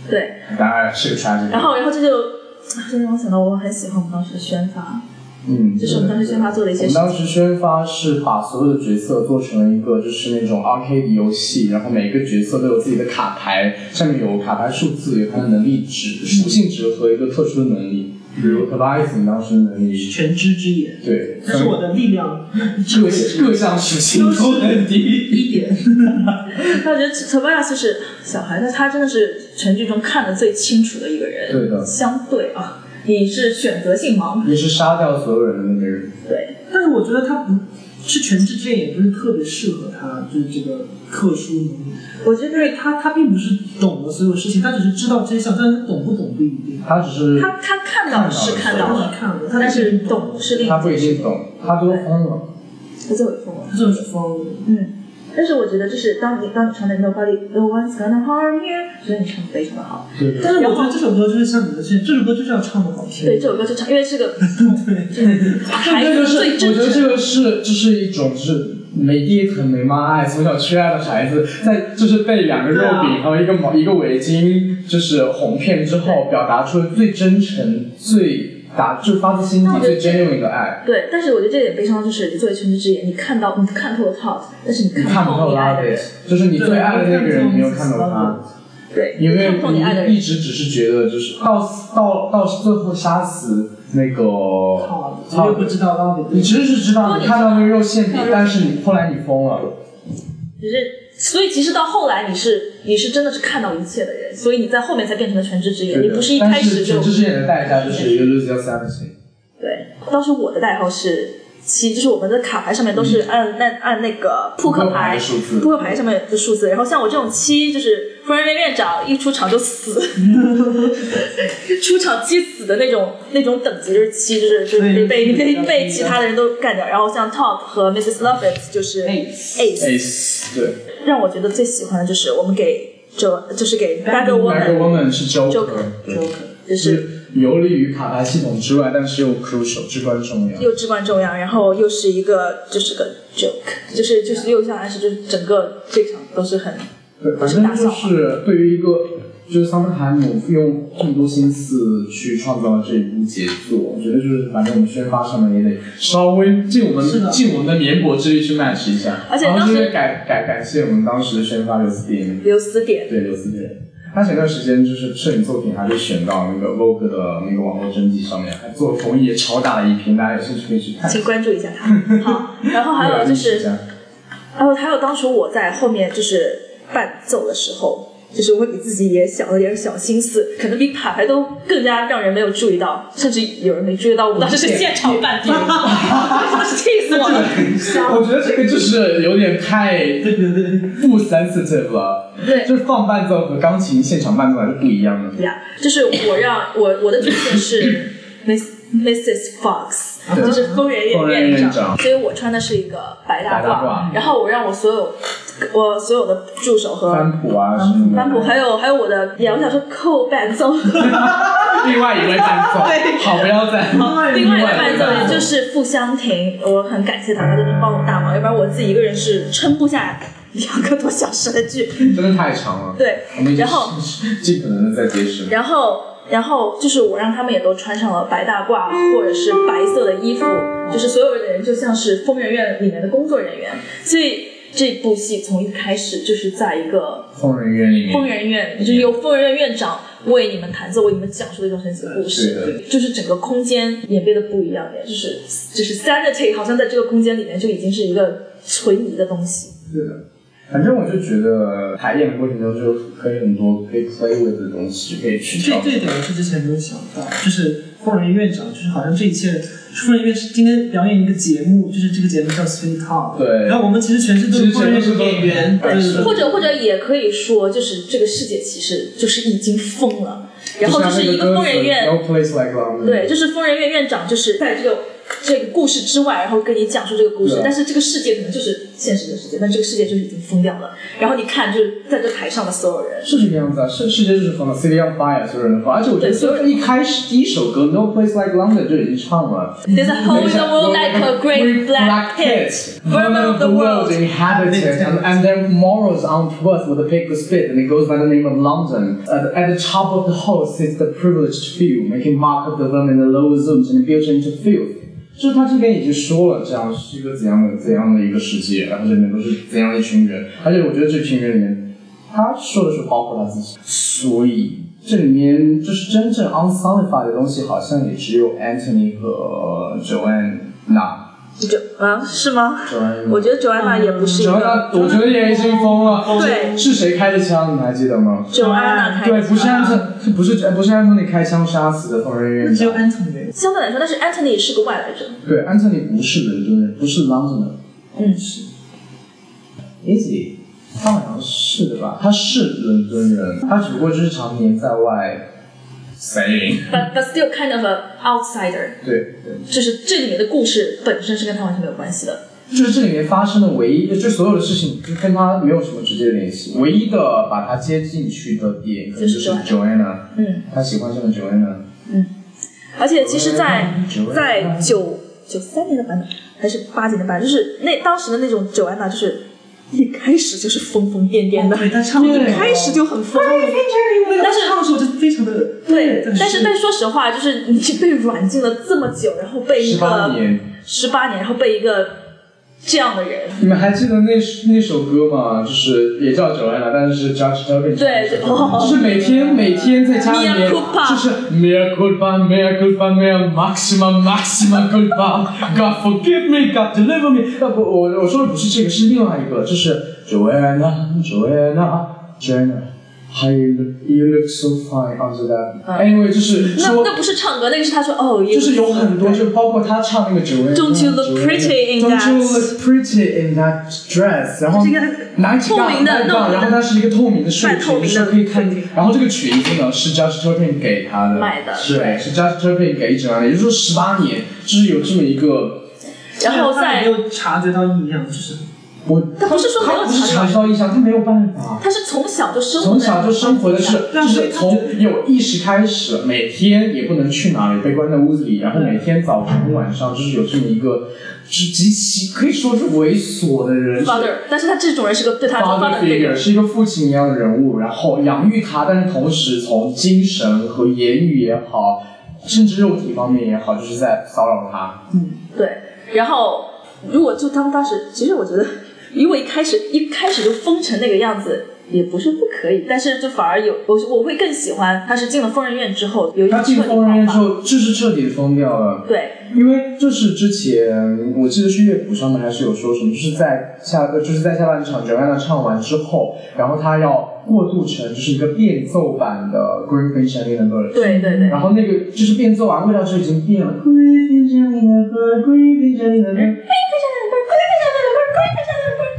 Speaker 3: 对。
Speaker 1: 当然是个 tragedy。
Speaker 3: 然后，然后这就啊这让我想到，我很喜欢我们当时的宣发，
Speaker 1: 嗯，
Speaker 3: 这是我们当时宣发做的一些
Speaker 1: 我们
Speaker 3: 事情。
Speaker 1: 当时宣发是把所有的角色做成了一个就是那种 arcade 游戏，然后每个角色都有自己的卡牌，上面有卡牌数字，有它的能力值、属性值和一个特殊的能力，比如 c l a s 当时的能力，
Speaker 2: 全知之眼，
Speaker 1: 对，
Speaker 2: 但是我的力量
Speaker 1: 各各项属性都很低。
Speaker 2: 一点。
Speaker 3: 但我觉得 Tobias 就是小孩，但他真的是全剧中看得最清楚的一个人。
Speaker 1: 对的
Speaker 3: 相对啊，你是选择性盲，
Speaker 1: 也是杀掉所有人的那个人，
Speaker 3: 对，
Speaker 2: 但是我觉得他不是全知之眼，也不是特别适合他，就是这个特殊能力。
Speaker 3: 我觉
Speaker 2: 因
Speaker 3: 得
Speaker 2: 为他他并不是懂得所有事情，他只是知道真相，但是他懂不懂不一定。
Speaker 1: 他只是
Speaker 3: 他他看到是看到
Speaker 2: 当然
Speaker 3: 了，
Speaker 2: 看了，他
Speaker 3: 但是懂是另一
Speaker 1: 他不一
Speaker 3: 回事
Speaker 1: 定。懂，他都疯了。
Speaker 3: 他最后疯了。
Speaker 2: 他就是疯了。
Speaker 3: 嗯，但是我觉得就是当你当你唱那 Nobody No One's Gonna Harm You，觉得你唱的非常的好。
Speaker 1: 对的，
Speaker 2: 但是我觉得这首歌就是像你的这这首歌就是要唱的好听。
Speaker 3: 对，这首歌就唱，因为是个 孩
Speaker 1: 这
Speaker 3: 子
Speaker 1: 个是
Speaker 3: 最
Speaker 1: 我
Speaker 3: 真
Speaker 1: 觉得
Speaker 3: 诚
Speaker 1: 这。个是就是一种就是没爹疼没妈爱，从小缺爱的孩子，在就是被两个肉
Speaker 3: 啊
Speaker 1: 饼还有一个毛一个围巾就是哄骗之后，表达出了最真诚、最打就是发自心
Speaker 3: 那
Speaker 1: 底
Speaker 3: 我觉
Speaker 1: 最
Speaker 3: 得
Speaker 1: genuine 的爱。
Speaker 3: 对，但是我觉得这点悲伤就是，你作为全知之眼，你看到你看透了 Todd，但是你
Speaker 1: 你
Speaker 3: 看
Speaker 1: 看
Speaker 3: 不
Speaker 1: 不
Speaker 3: 透
Speaker 1: 透
Speaker 3: 你爱
Speaker 1: 拉
Speaker 3: 的
Speaker 1: 的
Speaker 3: 人，，
Speaker 1: 就是你最爱的那个人，你没有看到他，
Speaker 3: 对，
Speaker 1: 因为
Speaker 3: 看不透你爱的
Speaker 1: 你
Speaker 3: 人
Speaker 1: 一，直只是觉得就是到到到最后杀死那个
Speaker 2: 好，我也不知道到底
Speaker 1: 你其实是知道，你看到那个肉馅饼
Speaker 3: 看到肉馅，
Speaker 1: 但
Speaker 3: 饼
Speaker 1: 是你后来你疯了。
Speaker 3: 只是，所以其实到后来你是你是真的是看到一切的人，所以你在后面才变成了全职职业，你不是一开始就
Speaker 1: 全职职业的代价就是一个 lose yourself。
Speaker 3: 对。当时我的代号是七，就是我们的卡牌上面都是按那、按那个扑克
Speaker 1: 嗯牌
Speaker 3: 牌
Speaker 1: 的数字
Speaker 3: 扑克牌上面的数字，然后像我这种七，就是夫人院院长一出场就死，出场即死的那种那种等级就是七，就是就是被被被被其他的人都干掉，然后像 Top 和 Mrs. Lovett 就是
Speaker 2: 哎
Speaker 3: Ace。
Speaker 1: Ace 对
Speaker 3: 让我觉得最喜欢的就是我们给就就是给 b a
Speaker 1: ，Like
Speaker 3: g
Speaker 1: a
Speaker 3: Woman，
Speaker 1: Woman 是 Joker，
Speaker 3: Joker
Speaker 1: 对
Speaker 3: 就是是
Speaker 1: 游离于卡牌系统之外，但是又 crucial 至关重要。
Speaker 3: 又至关重要，然后又是一个就是个 joke，就是就是又像暗示，就是整个这场都是很
Speaker 1: 对，反正就是对于一个就是桑德海姆用这么多心思去创造这一部杰作，我觉得就是反正我们宣发上面也得稍微尽我
Speaker 2: 是
Speaker 1: 们
Speaker 2: 的
Speaker 1: 尽我们的绵薄之力去 match 一下，
Speaker 3: 而且
Speaker 1: 然后
Speaker 3: 当时
Speaker 1: 就是感感感谢我们当时的宣发刘思婷，
Speaker 3: 有死点。
Speaker 1: 对刘思婷。他前段时间就是摄影作品，还被选到那个 Vogue 的那个网络征集上面，还做封页超大的一篇，大家有兴趣可以去看。
Speaker 3: 请关注一下他。好，然后还有就
Speaker 1: 对
Speaker 3: 是，
Speaker 1: 啊
Speaker 3: 还有还有，当时我在后面就是伴奏的时候，就是我给自己也想了点小心思，可能比卡牌都更加让人没有注意到，甚至有人没注意到我们当时是现场伴 奏，真的是气死我了。
Speaker 1: 我觉得这个就是有点太
Speaker 2: 对对对，
Speaker 1: 不 sensitive 了，
Speaker 3: 对
Speaker 1: 就是放伴奏和钢琴现场伴奏还是不一样的。
Speaker 3: 呀就是我让我我的主线是 Miss Mrs. Fox，
Speaker 1: 对
Speaker 3: 就是疯人
Speaker 1: 疯人
Speaker 3: 院
Speaker 1: 院
Speaker 3: 长，
Speaker 1: 长
Speaker 3: 所以我穿的是一个白大
Speaker 1: 白大褂
Speaker 3: 然后我让我所有我所有的助手和
Speaker 1: 翻谱啊什么的，
Speaker 3: 班普还有还有我的，呀，我想说扣伴奏，
Speaker 1: 另外一位伴 奏，好不要再
Speaker 3: 另外一个
Speaker 1: 伴
Speaker 3: 伴奏也就是傅香婷，我很感谢他，他就是帮我大忙，要不然我自己一个人是撑不下两个多小时的 剧。
Speaker 1: 真的太长了。，
Speaker 3: 对
Speaker 1: 我们，已经
Speaker 3: 然后
Speaker 1: 尽可能的在节食。
Speaker 3: 然后，然后就是我让他们也都穿上了白大褂或者是白色的衣服，就是所有的人就像是疯人院里面的工作人员。所以这部戏从一开始就是在一个
Speaker 1: 疯人院里面，
Speaker 3: 疯人院，就是由疯人院院长为你们弹奏、为你们讲述的一种神奇的故
Speaker 1: 是
Speaker 3: 事，
Speaker 1: 的
Speaker 3: 就是整个空间演变的不一样点，就是就是 sanity 好像在这个空间里面就已经是一个存疑的东西。
Speaker 1: 对的。反正我就觉得排演的过程中就可以很多可以 play with 的东西，可以去
Speaker 2: 这
Speaker 1: 调
Speaker 2: 这一点我是之前没有想到，就是疯人院长，就是好像这一切，疯人院是今天表演一个节目，就是这个节目叫 Sweet Talk，
Speaker 1: 对
Speaker 2: 然后我们其实全是都是疯人院的演员，
Speaker 1: 其实全都是
Speaker 2: 对，
Speaker 3: 或者或者也可以说，就是这个世界其实就是已经疯了，然后就是一
Speaker 1: 个
Speaker 3: 个疯人院，
Speaker 1: No place like London。
Speaker 3: 对，就是疯人院院长，就是在这个这个故事之外，然后跟你讲述这个故事
Speaker 1: 对啊，
Speaker 3: 但是这个世界可能就是现实的世界，但这个世界就是已经疯掉了。然后你看，就是在这台上的所有人，
Speaker 1: 是这个样子啊，世世界就是疯了，City on Fire，所有人都疯，而且我觉得
Speaker 3: 对所有人
Speaker 1: 一开始第一首歌 No Place Like London 就已经唱了。
Speaker 3: There's a hole in the world like a great black pit, vermin of the world.
Speaker 1: inhabited, and, and their morals on worth with a paper spit, and it goes by the name of London. Uh, at the top of the hole sits the privileged few, making mock of the vermin in the lower zones and built into filth. 就是他这边已经说了，这样是一个怎样的怎样的一个世界，然后这里面都是怎样的一群人，而且我觉得这群人里面，他说的是包括他自己，所以这里面就是真正 unsolidify 的东西，好像也只有 Anthony 和 Joanna。
Speaker 3: 就啊，是吗？
Speaker 1: Joanna，
Speaker 3: 我觉得 Joanna 也不是一个
Speaker 1: Joanna，我觉得也已经疯了。
Speaker 3: 对
Speaker 1: 是谁开的枪？你还记得吗？
Speaker 3: Joanna 开
Speaker 1: 对，
Speaker 3: 的
Speaker 1: 不是安特，不是呃不是安东尼开枪杀死的疯人院
Speaker 2: 只有
Speaker 1: 长。
Speaker 2: 安藤人，
Speaker 3: 相对来说，但是 Anthony 是个外来者，
Speaker 1: 对，安特尼不是伦敦人，不是 Londoner。
Speaker 3: 嗯，
Speaker 2: 是，
Speaker 1: Easy，他好像是的吧？他是伦敦人，他只不过就是常年在外 sailing。
Speaker 3: but but still kind of a outsider，
Speaker 1: 对，
Speaker 3: 就是这里面的故事本身是跟他完全没有关系的。
Speaker 1: 就是这里面发生的唯一，就所有的事情就跟他没有什么直接的联系，唯一的把他接进去的点可能就是
Speaker 3: 就是
Speaker 1: Joanna，
Speaker 3: 嗯，
Speaker 1: 他喜欢上了 Joanna。
Speaker 3: 而且其实在，
Speaker 1: Joanna
Speaker 3: 在九九三年的版本还是八几年的版本，就是那当时的那种九安娜，就是一开始就是疯疯癫癫的，
Speaker 2: 哦对他唱
Speaker 3: 一开始就很疯。
Speaker 2: 但是唱的时候就非常的
Speaker 3: 对，但是
Speaker 2: 是
Speaker 3: 但是说实话，就是你被软禁了这么久，然后被一
Speaker 1: 十八
Speaker 3: 个
Speaker 1: 年，
Speaker 3: 十八年，然后被一个这样的人，
Speaker 1: 你们还记得那那首歌吗？就是也叫 Joanna，但是是 Judge Durbin 唱的
Speaker 3: 对对哦
Speaker 1: 就是每天每天在家里面，
Speaker 3: Mea culpa
Speaker 1: 就是 Mea culpa, Mea culpa, Mea maxima, maxima culpa, God forgive me, God deliver me。呃不，我我说的不是这个，是另外一个，就是 Joanna, Joanna, Joanna. How you look, you look so fine after that. Anyway，就是
Speaker 3: 那
Speaker 1: 说，
Speaker 3: 那不是唱歌，那个是他说哦，
Speaker 1: 就是有很多，就包括他唱那个嗯 Joanna。
Speaker 3: Don't you look pretty in
Speaker 1: Don't you
Speaker 3: that-
Speaker 1: look pretty in that dress？然后
Speaker 3: 这个
Speaker 1: 拿起
Speaker 3: 透
Speaker 1: 大
Speaker 3: 明的
Speaker 1: 麦
Speaker 3: 弄
Speaker 1: 棒，
Speaker 3: 的
Speaker 1: 然后它是一个透明的竖
Speaker 3: 半透
Speaker 1: 裙，
Speaker 3: 明
Speaker 1: 是
Speaker 3: 的
Speaker 1: 可以看
Speaker 3: 对对。
Speaker 1: 然后这个裙子呢是 Judge Turpin 给他的，
Speaker 3: 买的
Speaker 1: 对，是 Judge Turpin 给整的，也就是说十八年，就是有这么一个。
Speaker 3: 然后
Speaker 2: 他也没
Speaker 3: 再
Speaker 2: 有察觉到异样，就是
Speaker 1: 我
Speaker 3: 他不是说没有
Speaker 1: 他不是
Speaker 3: 察
Speaker 1: 察
Speaker 3: 觉
Speaker 1: 觉到异常，他没有办法。
Speaker 3: 他是从小就生活
Speaker 1: 从
Speaker 3: 在
Speaker 1: 小就生活的是，
Speaker 2: 对
Speaker 1: 就
Speaker 2: 啊所以
Speaker 1: 是
Speaker 2: 他觉
Speaker 1: 从
Speaker 2: 得
Speaker 1: 有意识开始，每天也不能去哪里，被关在屋子里，然后每天早晨晚上就是有这么一个，是极其可以说是猥琐的人，是
Speaker 3: father，但是他这种人是个对他
Speaker 1: father
Speaker 3: father
Speaker 1: figure
Speaker 3: figure，
Speaker 1: 是一个父亲一样的人物，然后养育他，但是同时从精神和言语也好，甚至肉体方面也好，就是在骚扰他。
Speaker 3: 对。然后如果就当当时，其实我觉得，如果一开始一开始就疯成那个样子。也不是不可以，但是就反而有我我会更喜欢他是进了疯人院之后有一
Speaker 1: 他
Speaker 3: 个
Speaker 1: 进
Speaker 3: 彻底
Speaker 1: 疯人院之
Speaker 3: 爆
Speaker 1: 后，就是彻底疯掉了
Speaker 3: 发。对
Speaker 1: 因为就是之前我记得是乐谱上面还是有说什么，就是在下呃就是在下半场 Joanna 唱完之后，然后她要过渡成就是一个变奏版的 Griffin s h a n n 的歌，
Speaker 3: 对对对，
Speaker 1: 然后那个就是变奏完味道就已经变了。Griffin s h a n n 的歌，Griffin s h a n n 的歌。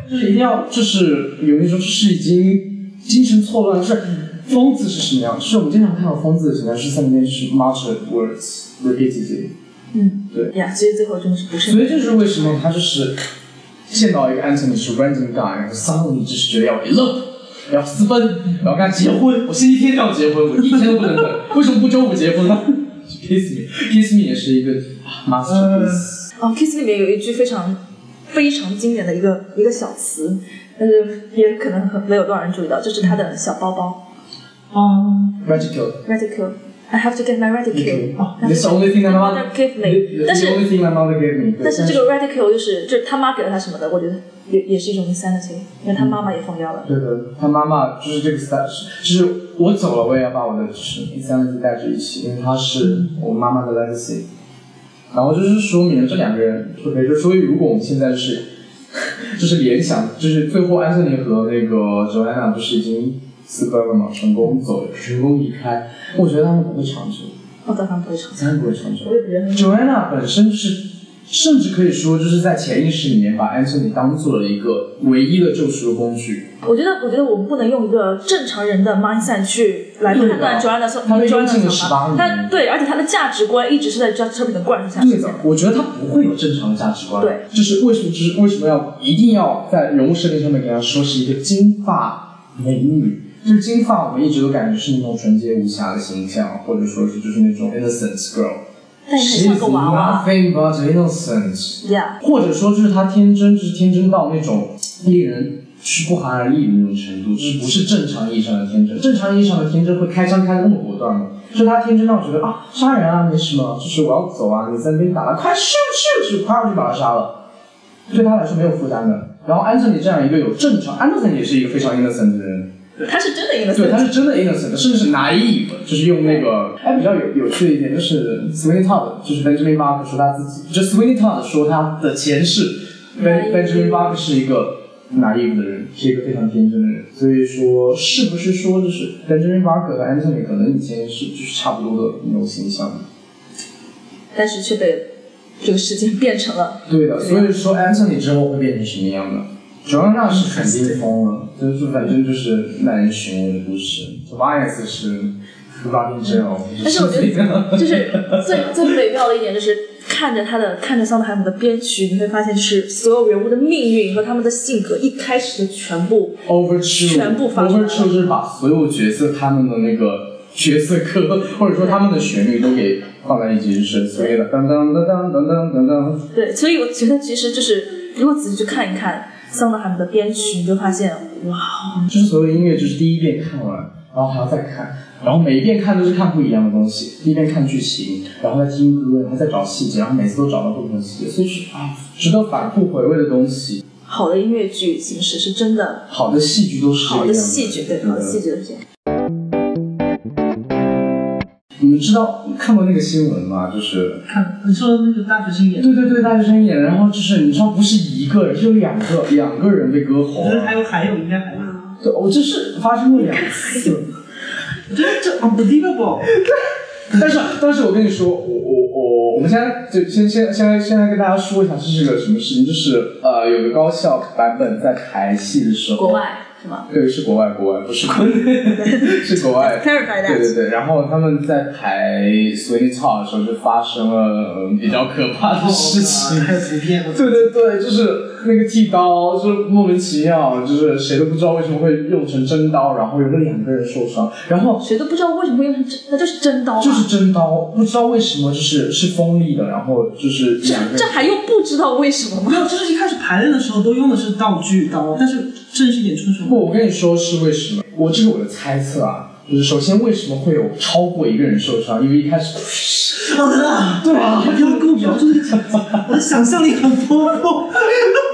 Speaker 1: 就是一定要，就是有那种，就是已经精神错乱，就是疯子是什么样？就是我们经常看到疯子的形象，是在里面就是 mutter words repeatedly，
Speaker 3: 嗯
Speaker 1: 对
Speaker 3: 呀，其实最后真的是不是
Speaker 1: 所以这就是为什么他就是见到一个 Anthony 是 random guy，然后 suddenly 就是觉得要 in love，要私奔，然后跟他结婚。我星期天就要结婚，我一天都不能等。为什么不周五结婚呢？Kiss me，Kiss me 也是一个 masterpiece。
Speaker 3: 哦，《Kiss》里面有一句非常非常经典的一个一个小词，但是也可能很没有多少人注意到，就是他的小包包哦
Speaker 2: 啊，
Speaker 1: Radical，
Speaker 3: reticule。I have to get my reticule.
Speaker 1: t h i s only thing my
Speaker 3: My
Speaker 1: mother
Speaker 3: mother gave me.
Speaker 1: the
Speaker 3: 但是
Speaker 1: only thing my mother gave me 对。
Speaker 3: 但是这个 reticule 就是就是他妈给了他什么的，我觉得也也是一种 insanity，因为他妈妈也疯掉了。
Speaker 1: 对的，他妈妈就是这个三，就是我走了，我也要把我的第三个字带着一起，因为他是我妈妈的 legacy。然后就是说明了这两个人，OK，就所以如果我们现在是， 就是联想，就是最后安东尼和那个 Joanna 不是已经私奔了嘛，成功走，成功离开，我觉得他们不会长久，
Speaker 3: 我哦早上不会唱，
Speaker 1: 当然不会长久
Speaker 3: 我。也不觉得很。
Speaker 1: Joanna 本身是，甚至可以说就是在潜意识里面把安东尼当做了一个唯一的救赎的工具。
Speaker 3: 我觉得我觉得我们不能用一个正常人的 mindset 去来判断 Joanna 说
Speaker 1: 他被
Speaker 3: Joanna
Speaker 1: 扔进了
Speaker 3: 的想法
Speaker 1: 18。年
Speaker 3: 他对，而且他的价值观一直是在 Judge Turpin 的灌输下
Speaker 1: 对
Speaker 3: 去
Speaker 1: 的
Speaker 3: 的。，
Speaker 1: 我觉得他不会有正常的价值观。
Speaker 3: 对，
Speaker 1: 就是为什么，就是为什么要一定要在人物设定上面给他说是一个金发美女。就是金发，我们一直都感觉是那种纯洁无瑕的形象，或者说是就是那种 innocent girl。
Speaker 3: 但也很像个娃娃。
Speaker 1: She's nothing but innocent。
Speaker 3: Yeah，
Speaker 1: 或者说就是他天真，就是天真到那种令人是不寒而栗的那种程度，就是不是正常意义上的天真。正常意义上的天真会开枪开的那么果断吗？就是他天真让我觉得啊，杀人啊没什么，就是我要走啊，你在那边打他，快咻咻咻，啪我就把他杀了，对他来说没有负担的。然后安东尼这样一个有正常，安东尼也是一个非常 innocent 的人，
Speaker 3: 他是真的
Speaker 1: 对，他
Speaker 3: innocent。
Speaker 1: 是真的 innocent，的甚至是 naive，就是用那个，哎，比较有有趣的一点就是 Sweeney Todd，就是 Benjamin Barker 说他自己，就 Sweeney Todd 说他的前世 Ben Benjamin Barker 是一个 naive 的人，是一个非常天真的人，所以说是不是说就是 Benjamin Barker 和 Anthony 可能以前是就是差不多的那种形象？
Speaker 3: 但是却被这个事件变成了
Speaker 1: 对的，所以说 Anthony 之后会变成什么样的？主要那是肯定疯了，就是反正就是耐人寻味的故事。Tobias 是 Robin j o
Speaker 3: 但是我觉得，就是 最 最美妙的一点就是看着他的看着桑德海姆的编曲，你会发现就是所有人物的命运和他们的性格一开始的全部
Speaker 1: Overture
Speaker 3: 全部发出来
Speaker 1: Overture 就是把所有角色他们的那个角色歌，或者说他们的旋律都给放在一起，就是所谓的当当当当当当当当。
Speaker 3: 对，所以我觉得其实就是如果仔细去看一看桑德海姆的编曲，你就发现哇，哦
Speaker 1: 就是所有的音乐，就是第一遍看完，然后还要再看，然后每一遍看都是看不一样的东西。第一遍看剧情，然后再听歌，然后再找细节，然后每次都找到不同的细节，所以是啊，值得反复回味的东西。
Speaker 3: 好的音乐剧形式是真的
Speaker 1: 好的戏剧都是这
Speaker 3: 好
Speaker 1: 个
Speaker 3: 的
Speaker 1: 样子
Speaker 3: 戏剧，对，好的戏剧的事情。
Speaker 1: 我们你知道你看过那个新闻吗？就是
Speaker 2: 看你说那个大学生演的，
Speaker 1: 对对对，大学生演，然后就是你知道不是一个人，是有两个两个人被割喉
Speaker 2: 我觉得还
Speaker 1: 了。
Speaker 2: 有还有应该还有，
Speaker 3: 嗯
Speaker 1: 对，我、这是发生过两次。
Speaker 2: 我觉得这 unbelievable，
Speaker 1: 但是，但是我跟你说，我我我，我们现在就先先先来先来跟大家说一下这是个什么事情，就是呃，有个高校版本在排戏的时候，
Speaker 3: 国，外是吗
Speaker 1: 对，是国外，国外不是国内，是国 外。
Speaker 3: ？Clarify
Speaker 1: 对
Speaker 3: that。
Speaker 1: 对对，然后他们在排《Sweeney Todd》的时候就发生了、呃比较可怕的事
Speaker 3: 哦
Speaker 1: 情。
Speaker 2: 还有图片，我
Speaker 1: 对对对，就是那个剃刀，就是莫名其妙，就是谁都不知道为什么会用成真刀，然后有那两个人受伤，然后
Speaker 3: 谁都不知道为什么会用成真，那就是真刀嘛。
Speaker 1: 就是真刀，不知道为什么就是是锋利的，然后就是两
Speaker 3: 这
Speaker 1: 个
Speaker 3: 这还用不知道为什么吗？
Speaker 2: 没有，就是一开始排练的时候都用的是道具刀，但是正式演出的时候，
Speaker 1: 不，我跟你说是为什么？我这是我的猜测啊，就是首先为什么会有超过一个人受伤？因为一开始，
Speaker 2: 啊，对啊，不要跟我描述这个情景，我 的想象力很丰富。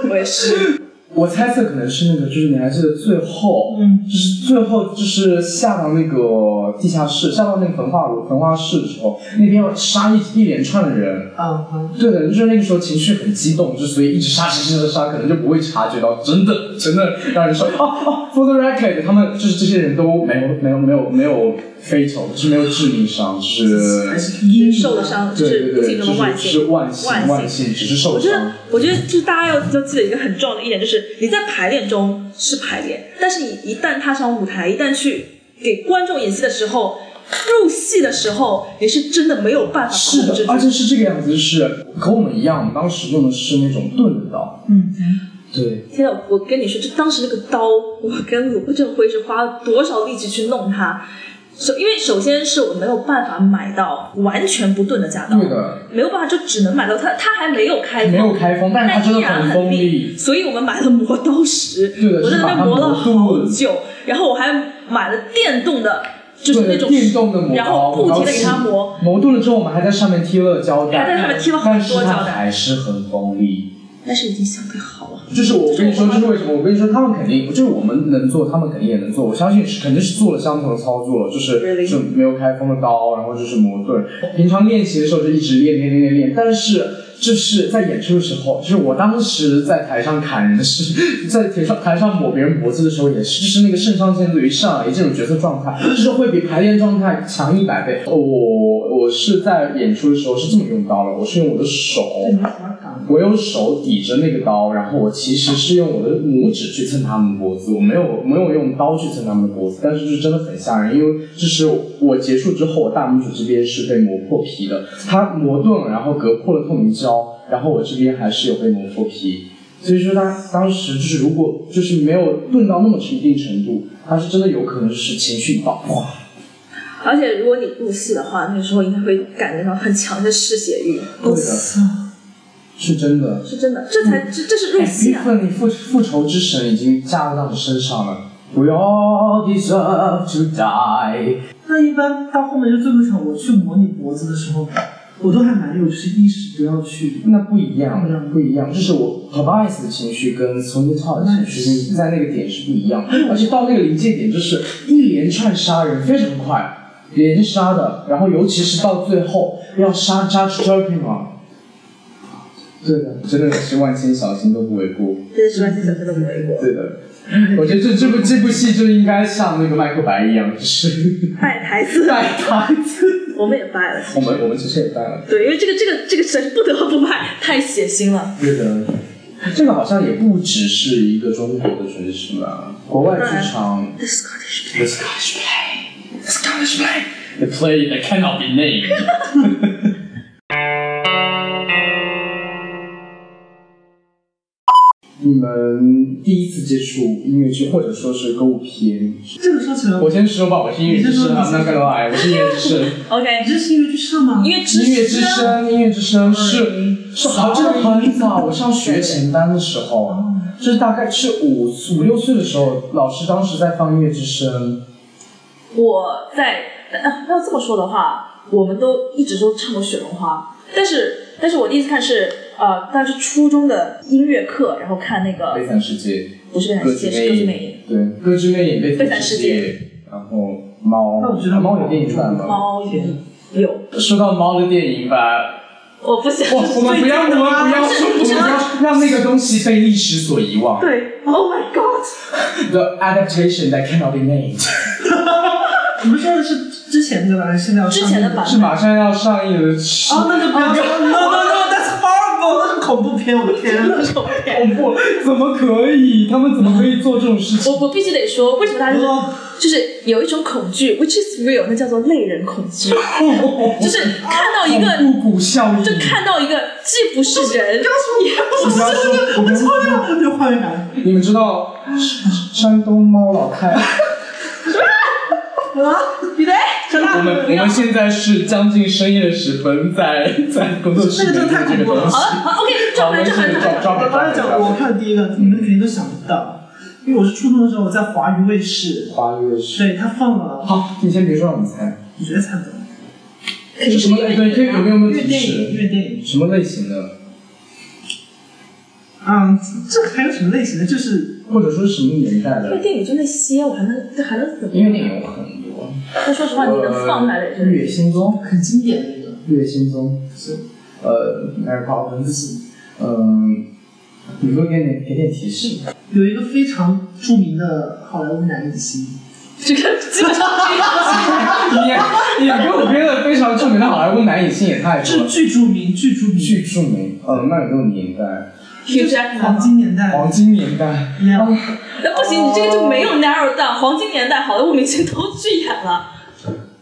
Speaker 3: 我也是。
Speaker 1: 我猜测可能是那个，就是你还记得最后，
Speaker 2: 嗯
Speaker 1: 就是最后就是下到那个地下室，下到那个焚化炉、焚化室的时候，那边要杀一一连串的人。
Speaker 2: 啊、嗯，
Speaker 1: 对的，就是那个时候情绪很激动，就所以一直杀、杀、杀、杀，可能就不会察觉到，真的、真的让人说哦哦，for the record，他们就是这些人都没有、没有、没有、没有 fatal，就是没有致命伤，就是
Speaker 2: 嗯还是阴影
Speaker 3: 受了伤，就
Speaker 1: 对
Speaker 3: 是
Speaker 1: 对
Speaker 3: 不
Speaker 1: 对，
Speaker 3: 仅
Speaker 1: 就
Speaker 3: 那么
Speaker 1: 是
Speaker 3: 万
Speaker 1: 只是
Speaker 3: 幸，
Speaker 1: 万幸万幸，只是受
Speaker 3: 我觉得啊
Speaker 1: 伤。，
Speaker 3: 我觉得就是大家要要记得一个很重要的一点，就是你在排练中是排练，但是你一旦踏上舞台，一旦去给观众演戏的时候，入戏的时候，你是真的没有办法
Speaker 1: 是
Speaker 3: 控制
Speaker 1: 的，而
Speaker 3: 住。
Speaker 1: 且是这个样子，就是和我们一样，我们当时用的是那种钝的刀。
Speaker 2: 嗯，
Speaker 1: 对，
Speaker 3: 天呐，我跟你说，就当时那个刀，我跟鲁振辉是花了多少力气去弄它。首，因为首先是我没有办法买到完全不钝的假刀，
Speaker 1: 对的，
Speaker 3: 没有办法，就只能买到它，它还没有开
Speaker 1: 没
Speaker 3: 封
Speaker 1: 有开封，但是它
Speaker 3: 但依
Speaker 1: 真的
Speaker 3: 然
Speaker 1: 很
Speaker 3: 啊很
Speaker 1: 锋利。
Speaker 3: 所以我们买了磨刀石，
Speaker 1: 对的
Speaker 3: 我在
Speaker 1: 是
Speaker 3: 那边
Speaker 1: 把它
Speaker 3: 磨了
Speaker 1: 磨钝
Speaker 3: 好久，然后我还买了电动的，就是
Speaker 1: 对
Speaker 3: 那
Speaker 1: 的，
Speaker 3: 种
Speaker 1: 电动的磨刀，
Speaker 3: 然后不
Speaker 1: 磨刀
Speaker 3: 停的给它
Speaker 1: 器
Speaker 3: 磨，
Speaker 1: 磨钝了之后，我们还在上面贴了胶带，
Speaker 3: 还在上面贴了很
Speaker 1: 但
Speaker 3: 多
Speaker 1: 是
Speaker 3: 胶
Speaker 1: 它
Speaker 3: 带
Speaker 1: 还是很锋利。
Speaker 3: 但是已经相对好了。
Speaker 1: 就是我跟你说，
Speaker 3: 这
Speaker 1: 这
Speaker 3: 是
Speaker 1: 是为什么？我跟你说，他们肯定就是我们能做，他们肯定也能做。我相信是肯定是做了相同的操作，就是
Speaker 3: Really？
Speaker 1: 就没有开封的刀，然后就是磨钝。平常练习的时候就一直练练练练练，但是就是在演出的时候，就是我当时在台上砍人的是在台上台上抹别人脖子的时候也是，就是那个肾上腺对于上来这种角色状态，就是会比排练状态强一百倍。我我我是在演出的时候是这么用刀的，我是用我的手。
Speaker 2: 对，你喜欢打
Speaker 1: 我用手抵着那个刀，然后我其实是用我的拇指去蹭他们的脖子，我没有没有用刀去蹭他们的脖子，但是是真的很吓人，因为就是我结束之后，我大拇指这边是被磨破皮的，它磨钝了，然后隔破了透明胶，然后我这边还是有被磨破皮，所以说他当时就是如果就是没有钝到那么一定程度，他是真的有可能是情绪爆哇，
Speaker 3: 而且如果你入戏的话，那时候应该会感觉到很强的嗜血欲，
Speaker 1: 对的，是真的。
Speaker 3: 是真的，这才这这是入戏
Speaker 1: 你
Speaker 3: 啊。
Speaker 1: 愤，你复复仇之神已经加入到你身上了。We all deserve to die。
Speaker 2: 那一般到后面就最后一场，我去磨你脖子的时候，我都还蛮有就是意识不要去，
Speaker 1: 那不一样
Speaker 2: 不一样，
Speaker 1: 不一样，就是我 p a b a s 的情绪跟 Sony Todd 的情绪在那个点是不一样，的，而且到那个临界点就是一连串杀人非常快，连杀的，然后尤其是到最后要杀 Judge Turpin 嘛。对的，真的是万千小心都不为过。
Speaker 3: 真的是完全想真的不为过。
Speaker 1: 对的，我觉得这这部这部戏就应该像那个麦克白一样，就是。
Speaker 3: 拜台词，
Speaker 1: 带孩子。
Speaker 3: 我们也拜了。
Speaker 1: 我们我们其实也带了，
Speaker 3: 对，因为这个这个这个神不得不拜，太血腥了。
Speaker 1: 对的。这个好像也不只是一个中国的城市吧，国外剧场
Speaker 3: The Scottish
Speaker 1: The Scottish play, The Scottish play, the play that cannot be named 。 你们第一次接触音乐剧，或者说是歌舞片，
Speaker 2: 这个说起来，
Speaker 1: 我先说吧，我是音乐之声啊，I'm not gonna lie，我是音乐之声。
Speaker 2: 你
Speaker 3: OK，
Speaker 2: 这是音乐剧社吗？
Speaker 3: 音乐之
Speaker 1: 音乐之
Speaker 3: 声
Speaker 1: 声，音乐之声是是好，真的很早，我上学前班的时候，啊
Speaker 3: 嗯
Speaker 1: 就是大概是五五六岁的时候，老师当时在放音乐之声，
Speaker 3: 我在、呃、要这么说的话，我们都一直都唱过《雪绒花》，但是但是我第一次看是呃，当时初中的音乐课，然后看那
Speaker 1: 《悲
Speaker 3: 个
Speaker 1: 惨世界
Speaker 3: 不是《悲》惨
Speaker 1: 歌
Speaker 3: 世界》，
Speaker 1: 剧
Speaker 3: 是《歌剧魅
Speaker 1: 魅
Speaker 3: 影
Speaker 1: 影，对，《歌剧魅影》《悲
Speaker 3: 悲惨
Speaker 1: 世
Speaker 3: 世界》，
Speaker 1: 然后猫
Speaker 2: 那我觉得，
Speaker 1: 猫有电影版吗？
Speaker 3: 猫与有，
Speaker 1: 说到猫的电影 吧，
Speaker 3: 我不想
Speaker 1: 哇，我们不要，我们不要，我们不要让那个东西被历史所遗忘。
Speaker 3: 对，Oh my God，
Speaker 1: The adaptation that cannot be named
Speaker 2: 你们说的是之前的吧，还是现在要上
Speaker 3: 之前的
Speaker 2: 映
Speaker 3: 版本
Speaker 1: 是马上要上映的
Speaker 2: 哦，那就不要说 no no no，that's horrible，那是恐怖片，我的天呐！
Speaker 1: 恐怖， 怎么可以？他们怎么可以做这种事情？
Speaker 3: 我我必须得说，为什么大家就是
Speaker 2: 哦
Speaker 3: 就是有一种恐惧，which is real，那叫做类人恐 惧，就是看到一个
Speaker 1: 复古效应，
Speaker 3: 就看到一个既不是人，也 不
Speaker 1: 不要
Speaker 3: 是
Speaker 1: 说，
Speaker 2: 我
Speaker 1: 不要
Speaker 2: 操
Speaker 1: 说，
Speaker 2: 这有画面感。
Speaker 1: 你们知道山山东猫老 太？
Speaker 2: 啊，你嘞，小大，
Speaker 1: 我们我们现在是将近深夜时分，在在工作室
Speaker 2: 这个真的太
Speaker 1: 这个
Speaker 2: 恐怖了
Speaker 1: 东西
Speaker 3: 好。了，好，OK，转回来，转回来，转回来。
Speaker 1: 抓
Speaker 2: 我刚才讲，我看的第一个，你们肯定都想不到，因为我是初中的时候我在华娱卫视，
Speaker 1: 华语是。
Speaker 2: 对他放了，
Speaker 1: 好，你先别说，让我们猜
Speaker 2: 你觉得猜不到？
Speaker 3: 肯定
Speaker 1: 什
Speaker 3: 是
Speaker 1: 么
Speaker 3: 因
Speaker 1: 类？
Speaker 3: 为
Speaker 1: 对，可以有没有没有
Speaker 2: 因为
Speaker 1: 提
Speaker 2: 电影，因
Speaker 1: 示？
Speaker 2: 为电影，
Speaker 1: 什么类型的，
Speaker 2: 嗯，这还有什么类型的？就是
Speaker 1: 或者说是什么年代
Speaker 3: 因为
Speaker 1: 的？
Speaker 3: 电影就那些，我还能这还能怎么
Speaker 1: 因为电
Speaker 3: 样？
Speaker 1: 影有很多。
Speaker 3: 但说实话，你能放下来
Speaker 1: 呃
Speaker 3: 真
Speaker 1: 月
Speaker 3: 的。
Speaker 1: 心中，
Speaker 2: 很经典的那个，
Speaker 1: 月心中，
Speaker 2: 是
Speaker 1: 呃，Mary Poppins，嗯，你给我给点给点提示。
Speaker 2: 有一个非常著名的好莱坞男影星，
Speaker 3: 这个基本上这样。
Speaker 1: 你你给我编的非常著名的好莱坞男影星也太多
Speaker 2: 是
Speaker 1: 了，
Speaker 2: 巨著名，巨著名，
Speaker 1: 巨著名。呃，那有没有年代？
Speaker 2: 就是
Speaker 3: Jackman
Speaker 2: 黄金年代。
Speaker 1: 黄金年代。
Speaker 2: Yeah，
Speaker 3: 那不行，你这个就没有 narrow down。黄金年代好莱坞明星都去演了，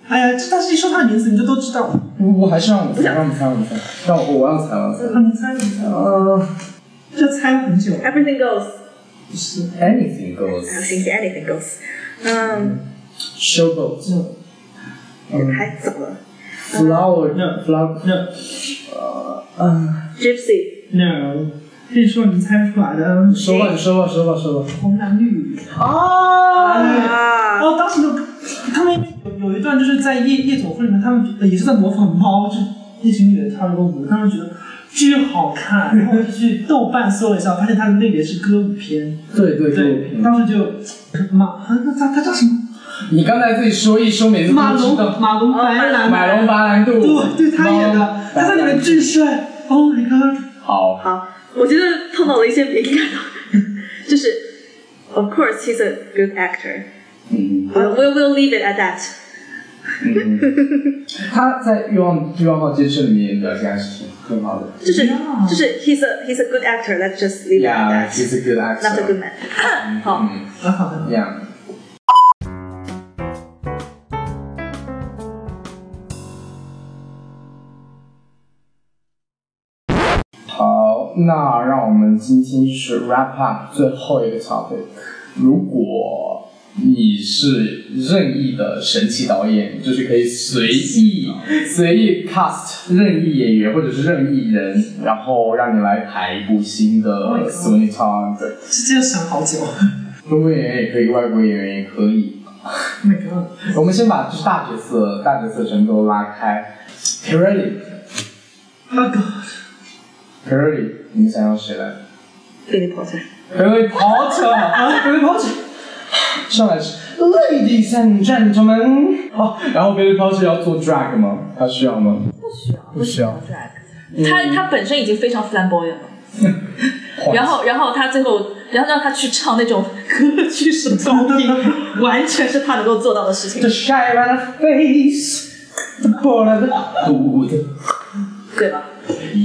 Speaker 2: 哎呀，这但是一说他的名字你就都知道了。
Speaker 1: 不不，还是让我猜，让我们猜，让我们猜，让我我要猜，我要猜。
Speaker 2: 啊，你猜，你猜，
Speaker 1: 呃
Speaker 2: 这猜了很久。
Speaker 3: Everything goes，
Speaker 2: 不是，
Speaker 1: ，anything goes，
Speaker 3: 不行是 Anything goes。嗯，
Speaker 1: showboat，
Speaker 2: 这
Speaker 3: 太早了。
Speaker 1: flower，
Speaker 2: No
Speaker 1: flower，
Speaker 2: no
Speaker 1: 嗯，
Speaker 3: Gypsy，
Speaker 2: no，跟你说你猜不出来的。
Speaker 1: 说吧，你说吧，说吧，说吧。
Speaker 2: 红蓝绿。
Speaker 1: 哦，
Speaker 2: 然后当时就，他们因为有有一段就是在夜夜总会里面，他们呃也是在模仿猫，就一群女的跳一个舞，当时觉得巨好 看，然后我就去豆瓣搜了一下，发现它的类别是歌舞片。
Speaker 1: 对对嗯
Speaker 2: 对，当时就，妈，啊那他他叫什么？
Speaker 1: 你刚才自己说一说，每次
Speaker 2: 马
Speaker 1: 都知
Speaker 2: 龙
Speaker 1: 道。
Speaker 2: 马龙哦白 兰
Speaker 1: 马龙白兰度，
Speaker 2: 对，对他演的，他在里面巨帅。Oh my god！
Speaker 1: 好，
Speaker 3: 好，我觉得碰到了一些敏感的， 就是，Of course he's a good actor.
Speaker 1: 嗯
Speaker 3: We will leave it at that.
Speaker 1: 嗯，他在《欲望欲望号街车》里面表现还是挺挺好的。
Speaker 3: 就是
Speaker 2: 呀
Speaker 3: 就是 he's a he's a good actor. Let's just leave it
Speaker 1: Yeah,
Speaker 3: at that.
Speaker 1: he's a good
Speaker 3: Not a
Speaker 1: actor.
Speaker 3: good man. 好，
Speaker 1: 嗯
Speaker 2: 啊，好的。
Speaker 1: ，Yeah。好，那让我们今天就是 wrap up 最后一个 topic。如果你是任意的神奇导演，就是可以随意随意 cast 任意演员或者是任意人，然后让你来排一部新的
Speaker 2: Oh my god
Speaker 1: s w i n g time 的
Speaker 2: 这这想好久。
Speaker 1: 中国演员也可以，外国演员也可以。
Speaker 2: Oh my god！
Speaker 1: 我们先把就是大角色、大角色全都拉开。p i r e l l i
Speaker 2: Oh god！
Speaker 1: p i r e l l i 你想要谁来
Speaker 3: 菲利 Potter。
Speaker 1: ？Harry
Speaker 2: 啊
Speaker 1: Potter，Harry Potter，上来是 Ladies and Gentlemen。哦，然后 Harry Potter 要做 drag 吗？他需要吗？
Speaker 3: 不需要， 嗯
Speaker 1: 不需要
Speaker 3: 不 drag。他他本身已经非常 flamboyant 了，然后然后他最后，然后让他去唱那种歌剧式的 高音，完全是他能够做到的事情
Speaker 1: The。shy man of face。The ball of the hood.
Speaker 3: 对吧？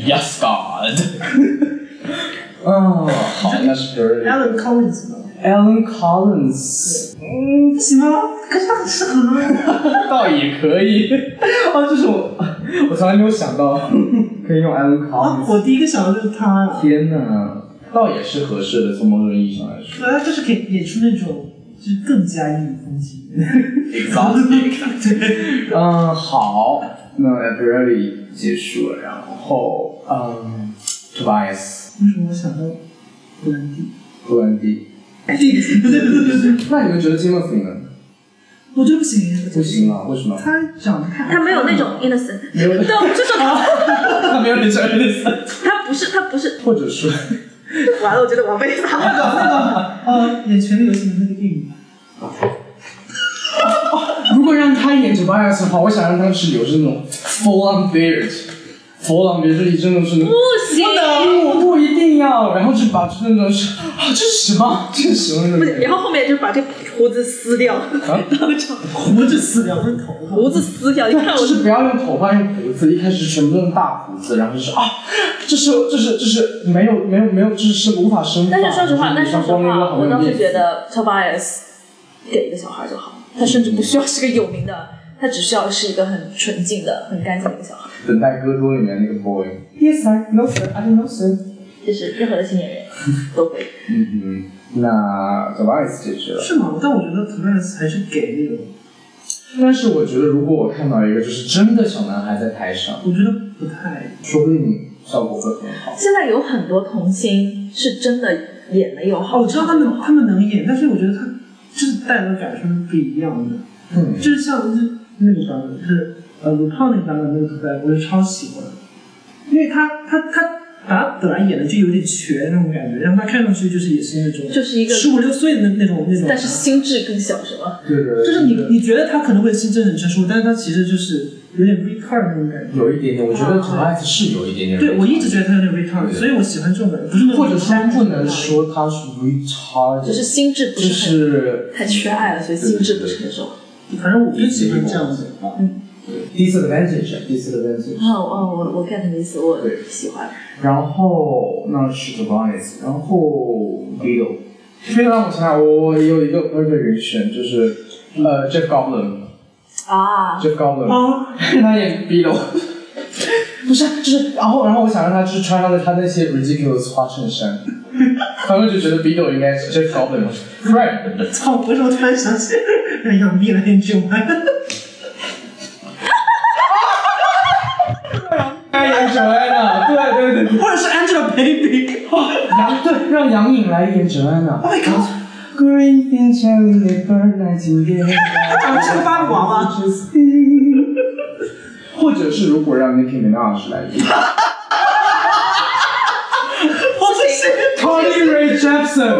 Speaker 1: Yes, God. 哦，好，那是 p i r e l l i
Speaker 2: Alan Collins 吗？
Speaker 1: Alan Collins。
Speaker 2: 嗯，不行吗？可是他很适合啊。
Speaker 1: 倒也可 以。哦，这是我，我从来没有想到可以用 Alan
Speaker 2: 啊，
Speaker 1: Collins。
Speaker 2: 我第一个想到就是他呀。
Speaker 1: 天哪，倒也是合适的，从某种意义上来说。
Speaker 2: 对，他就是可以演出那种就是更加异域风情。对。
Speaker 1: 嗯，好，那 e v e r y 结束了，然后嗯，Tobias
Speaker 2: 为什么我想 到布兰迪？
Speaker 1: 布兰迪。
Speaker 2: 第一个不对不对不对，
Speaker 1: 那你们觉得 Timothy 呢？
Speaker 2: 我觉得不行。
Speaker 1: 不行。啊，为什么？
Speaker 2: 他长得太……
Speaker 3: 他没有那种 innocent，
Speaker 1: 没有
Speaker 3: 嗯对，我们就说 他
Speaker 1: 他没有你这个意思。
Speaker 3: 他不是他不是，
Speaker 1: 或者说，
Speaker 3: 完了，我觉得王菲
Speaker 2: 那个那个呃，演《权力游戏》的那个电影，
Speaker 1: 如果让他演《酒吧要强化，我想让他是有这种 full on beard，full on beard 就是真的是
Speaker 3: 不行，
Speaker 1: 我不一定要，然后就把那种是啊，这是什么？这是什么？
Speaker 4: 不是，然后后面就是把这胡子撕掉，然后就
Speaker 2: 胡子撕掉，不是头发。
Speaker 4: 胡子撕掉，你看我
Speaker 1: 就
Speaker 4: 这
Speaker 1: 是不要用头发用胡子，一开始全部都用大胡子，然后就是啊，这是这是这是没有没有没有，这是无法生发。
Speaker 3: 但是说实话，
Speaker 1: 就
Speaker 3: 但
Speaker 1: 是
Speaker 3: 是说
Speaker 1: 像
Speaker 3: 实
Speaker 1: 光溜溜
Speaker 3: 话，
Speaker 1: 好像
Speaker 3: 我当时
Speaker 1: 面
Speaker 3: 觉得 Tobias 给一个小孩就好，他甚至不需要是个有名的，他只需要是一个很纯净的、很干净的一个小孩，
Speaker 1: 等待戈多里面那个 boy，Yes I know sir, I know sir。
Speaker 3: 就是任何的青年人都可以。
Speaker 1: 嗯哼，那 t o b i a s 解决了。
Speaker 2: 是吗？但我觉得 t o b i a 还是给那种，
Speaker 1: 但是我觉得，如果我看到一个就是真的小男孩在台上，
Speaker 2: 我觉得不太。
Speaker 1: 说不定效果会很好。
Speaker 3: 现在有很多童星是真的演的有好，
Speaker 2: 哦，我知道他们他们能演，但是我觉得他就是带来的感受是不一样的。
Speaker 1: 嗯
Speaker 2: 就是像就那个版本，就是呃鲁胖那个版本那个 t o 我是超喜欢的，因为他他他把他本来演的就有点瘸那种感觉，然后他看上去就是也是那种
Speaker 3: 就是一个，
Speaker 2: 十五六岁的那种那种，
Speaker 3: 但是心智更小是吗？
Speaker 1: 对对对，
Speaker 2: 就是你你觉得他可能会心智很成熟，但是他其实就是有点 retard 那种感觉。
Speaker 1: 有一点点，我觉得 t o b i a s 是有一点点。
Speaker 2: 对，我一直觉得他有点
Speaker 1: 对
Speaker 2: retard，
Speaker 1: 对
Speaker 2: 所以我喜欢这种感觉，不是那种
Speaker 1: 或者说
Speaker 2: retard
Speaker 1: 不能说他是 retarded，
Speaker 3: 就是心智不
Speaker 1: 就是
Speaker 3: 很
Speaker 1: 是
Speaker 3: 太缺爱了，所以心智不是很熟。
Speaker 2: 反正我更喜欢这样子。
Speaker 3: 嗯
Speaker 1: disadvantage，disadvantage。
Speaker 3: 哦哦，我我 get 你的意思，我
Speaker 1: 对
Speaker 3: 喜欢。
Speaker 1: 然后那是 t o b i a s 然后 Leo。非常让我想想，我也有一个朋友的人选，就是呃 Jeff Goldblum，Jeff
Speaker 3: 啊，
Speaker 1: Goldblum。
Speaker 2: 啊，
Speaker 1: 他演 B 楼，哦不是啊，就是然后然后我想让他就是穿上了他那些 ridiculous 花衬 衫，他们就觉得 B 楼应该是这高冷，right？
Speaker 2: 操！为什么突然想起杨幂来演九万？
Speaker 1: 他演哎 Joanna，对对对，
Speaker 2: 或者是 Angelababy？
Speaker 1: 杨对让杨颖来演 Joanna。
Speaker 2: Oh my god！
Speaker 1: Green in cherry, they burn like t i n
Speaker 2: 啊，这个芭比娃娃。
Speaker 1: 或者是如果让 Nicki Minaj 来演
Speaker 2: 我不行，
Speaker 1: ，Carly Rae Jepsen，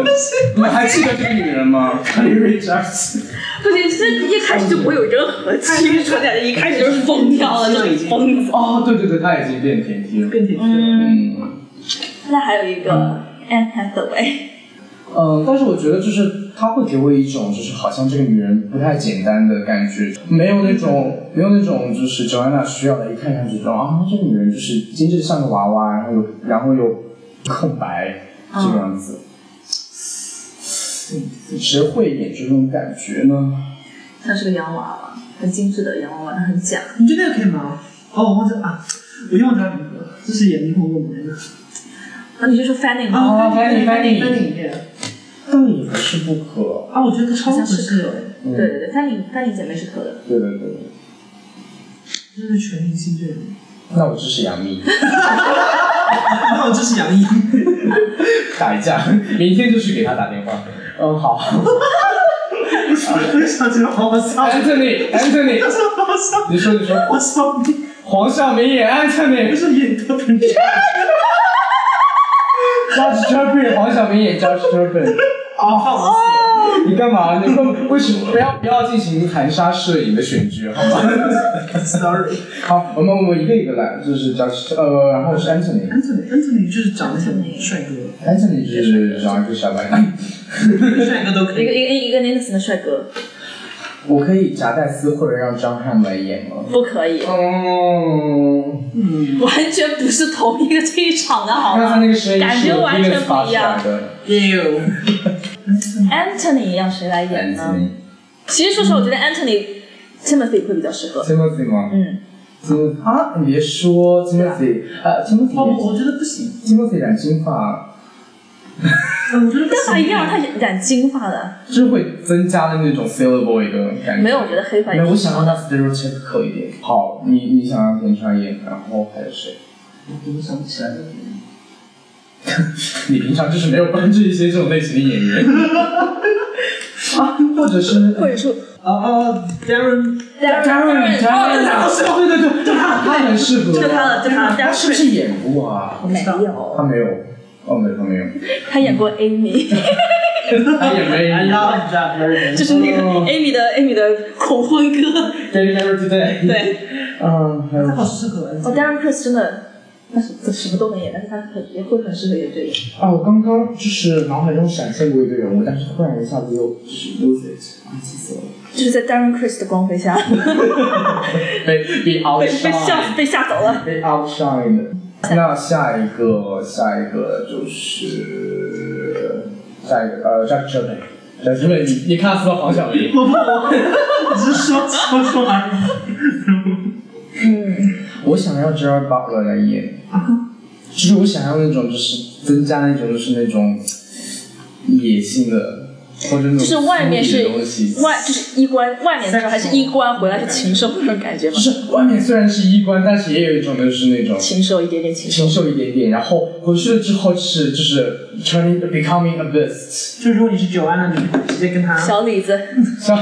Speaker 1: 你们还记得这个女人吗？Carly Rae Jepsen。
Speaker 3: 不行，这一开始就不会有任何情绪传达，一开始就是疯掉了，就是疯子。
Speaker 1: 哦，对对对，她已经变甜甜了。
Speaker 2: 变体贴。
Speaker 3: 嗯，
Speaker 1: 嗯。
Speaker 3: 那还有一个 Anne Hathaway，
Speaker 1: 嗯，但是我觉得就是她会给我一种就是好像这个女人不太简单的感觉，没有那种没有那种就是 Joanna 需要的，一看上去说啊，这个女人就是精致像个娃娃，然后有然后有空白这个样子。嗯谁会演这种感觉呢？
Speaker 3: 她是个洋娃娃，很精致的洋娃娃，但很假。
Speaker 2: 你觉得那个可以吗？哦，我忘记了啊，我用他名字，这是演《迷魂恶魔》那个。
Speaker 3: 那你就说 Fanning 吧，
Speaker 2: 啊，
Speaker 1: Fanny，Fanny
Speaker 2: 翻译演。
Speaker 1: 但也不是不可。
Speaker 2: 啊，我觉得他超
Speaker 3: 好
Speaker 2: 合
Speaker 3: 像是
Speaker 2: 适的，
Speaker 3: 可的。
Speaker 1: 嗯
Speaker 3: 对对对，Fanning Fanning 姐妹是可的。
Speaker 1: 对对对，
Speaker 2: 真是全明星阵容。
Speaker 1: 那我支持杨幂
Speaker 2: 然后这是杨颖。
Speaker 1: 打一架，明天就去给她打电话。嗯， 好。
Speaker 2: 我想起来好笑，
Speaker 1: Anthony，Anthony，
Speaker 2: 好笑，
Speaker 1: 你说你说，
Speaker 2: 我操！
Speaker 1: 黄晓明演 Anthony
Speaker 2: 不。是演特别厉害
Speaker 1: Josh Turpin，黄晓明演 Josh Turpin，
Speaker 2: 哦，
Speaker 1: 你干嘛？你为为什么不要不要进行含沙射影的选角，好吗？
Speaker 2: ，sorry。
Speaker 3: 哦
Speaker 1: 好，我们我们一个一个来，就是 Josh，呃，然后是 Anthony，Anthony
Speaker 2: Anthony Anthony 就是长得很帅哥，
Speaker 1: 是长一个小白脸，
Speaker 2: 帅哥都可
Speaker 3: 一个
Speaker 2: 以。
Speaker 3: 一个一个 Nathan 的帅哥，
Speaker 1: 我可以夹带私货让张翰来演吗？
Speaker 3: 不可以，
Speaker 1: 嗯，
Speaker 2: 嗯，
Speaker 3: 完全不是同一个气场的好
Speaker 1: 刚才
Speaker 3: 吗
Speaker 1: 那个声音
Speaker 3: 感
Speaker 1: 是
Speaker 3: 觉
Speaker 1: 由
Speaker 3: 完全
Speaker 1: Venus 发
Speaker 3: 不
Speaker 1: 出
Speaker 3: 一
Speaker 1: 来
Speaker 3: 样。
Speaker 1: 的。
Speaker 2: 有。
Speaker 1: 嗯
Speaker 3: Anthony 让谁来演呢？其实说实话，我觉得 Anthony Timothy 会比较适合。
Speaker 1: Anthony，Timothy 吗？
Speaker 3: 嗯，
Speaker 1: Tim 啊，你别说 Timothy，呃
Speaker 2: 哦，
Speaker 1: ，Timothy
Speaker 2: 我觉得不行，
Speaker 1: Timothy 染金发
Speaker 2: 嗯我觉得不
Speaker 3: 但
Speaker 2: 行。
Speaker 3: 法一定要他染金发的，
Speaker 1: 就是会增加的那种 Sailor Boy 的感觉。
Speaker 3: 没有，我觉得黑发也
Speaker 1: 那我
Speaker 3: 行。
Speaker 1: 想让他 stereotypical 一点。好，你你想让田川演，然后还有谁？
Speaker 2: 我都想不起来了。
Speaker 1: 你平常就是没有关注一些这种类型的演员啊， 或者是呃
Speaker 3: 或者说
Speaker 2: 哦哦，Darren，
Speaker 1: Darren，
Speaker 3: 哦，
Speaker 1: 对对对，就他他很适合，
Speaker 3: 就他了就他了
Speaker 1: 他是不是演过啊？
Speaker 3: 没有，
Speaker 1: 他没有，哦，没有，他没有。
Speaker 3: 他演过 Amy，
Speaker 1: 他也没
Speaker 2: I love that version，
Speaker 4: 就是那个
Speaker 1: 哦嗯
Speaker 4: Amy 的 Amy 的恐婚歌，
Speaker 1: Get Remember Today。
Speaker 4: 对，
Speaker 1: 嗯，还有
Speaker 2: 他好适合
Speaker 3: 哦，Darren Criss 真的，他什么什么都能演，但是他很也会很适合演这个。
Speaker 1: 哦，我刚刚就是脑海中闪现过一个人物，但是突然一下子又就是 lose it，啊，气死我了！
Speaker 3: 就是在 Darren Criss 的光辉下
Speaker 1: 被被
Speaker 3: 被
Speaker 1: outshined，
Speaker 3: 被吓被吓走了。
Speaker 1: 被 outshined。那下一个，下一个就是下一个呃，Jack c h a p l 但是因为你你看似黄晓明，
Speaker 2: 只是说说出来。
Speaker 3: 嗯，
Speaker 1: 我想要 Gerard Butler 来演，
Speaker 3: 啊
Speaker 1: 就是我想要那种就是增加那种就是那种野性的，或者那种
Speaker 3: 就是外面
Speaker 1: 粗
Speaker 3: 是
Speaker 1: 野的东西，
Speaker 3: 外就是衣冠，外面还是衣冠，回来是禽兽那种感觉
Speaker 1: 就
Speaker 3: 吗？
Speaker 1: 是外面虽然是衣冠，但是也有一种就是那种
Speaker 3: 禽兽一点点禽兽。
Speaker 1: 禽兽一点点，然后回去了之后是就是 turning becoming a beast，
Speaker 2: 就如果你是 Joanna，你会直接跟他
Speaker 3: 小李子，
Speaker 1: 像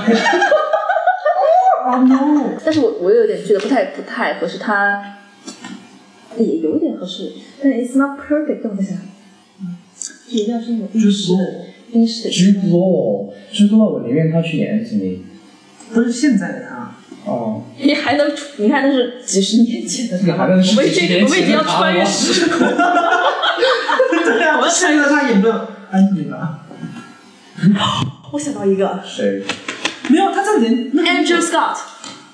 Speaker 2: 哦 no，
Speaker 3: 但是我我有点觉得不太不太合适，他也有点合适，但 it's not perfect。等我想想，
Speaker 1: 嗯
Speaker 3: 就一定要是那种英式的英式的
Speaker 1: Jude Law Jude Law，我宁愿他去演 Anthony。
Speaker 2: 不是现在的啊他，
Speaker 1: 哦，
Speaker 3: 你还能，你看那是几十年前的
Speaker 1: 你
Speaker 3: 他
Speaker 1: 还
Speaker 3: 了，
Speaker 1: 能是
Speaker 3: 我们已
Speaker 1: 几十
Speaker 3: 经
Speaker 1: 年
Speaker 3: 我们已
Speaker 1: 前
Speaker 3: 经
Speaker 1: 的
Speaker 3: 要
Speaker 1: 他
Speaker 3: 穿越
Speaker 1: 了
Speaker 3: 时空。
Speaker 2: 对啊，我要看一下他演的哎安妮了。
Speaker 3: 我想到一个
Speaker 1: 谁
Speaker 2: 没有，他哎在连那个
Speaker 3: Andrew Scott，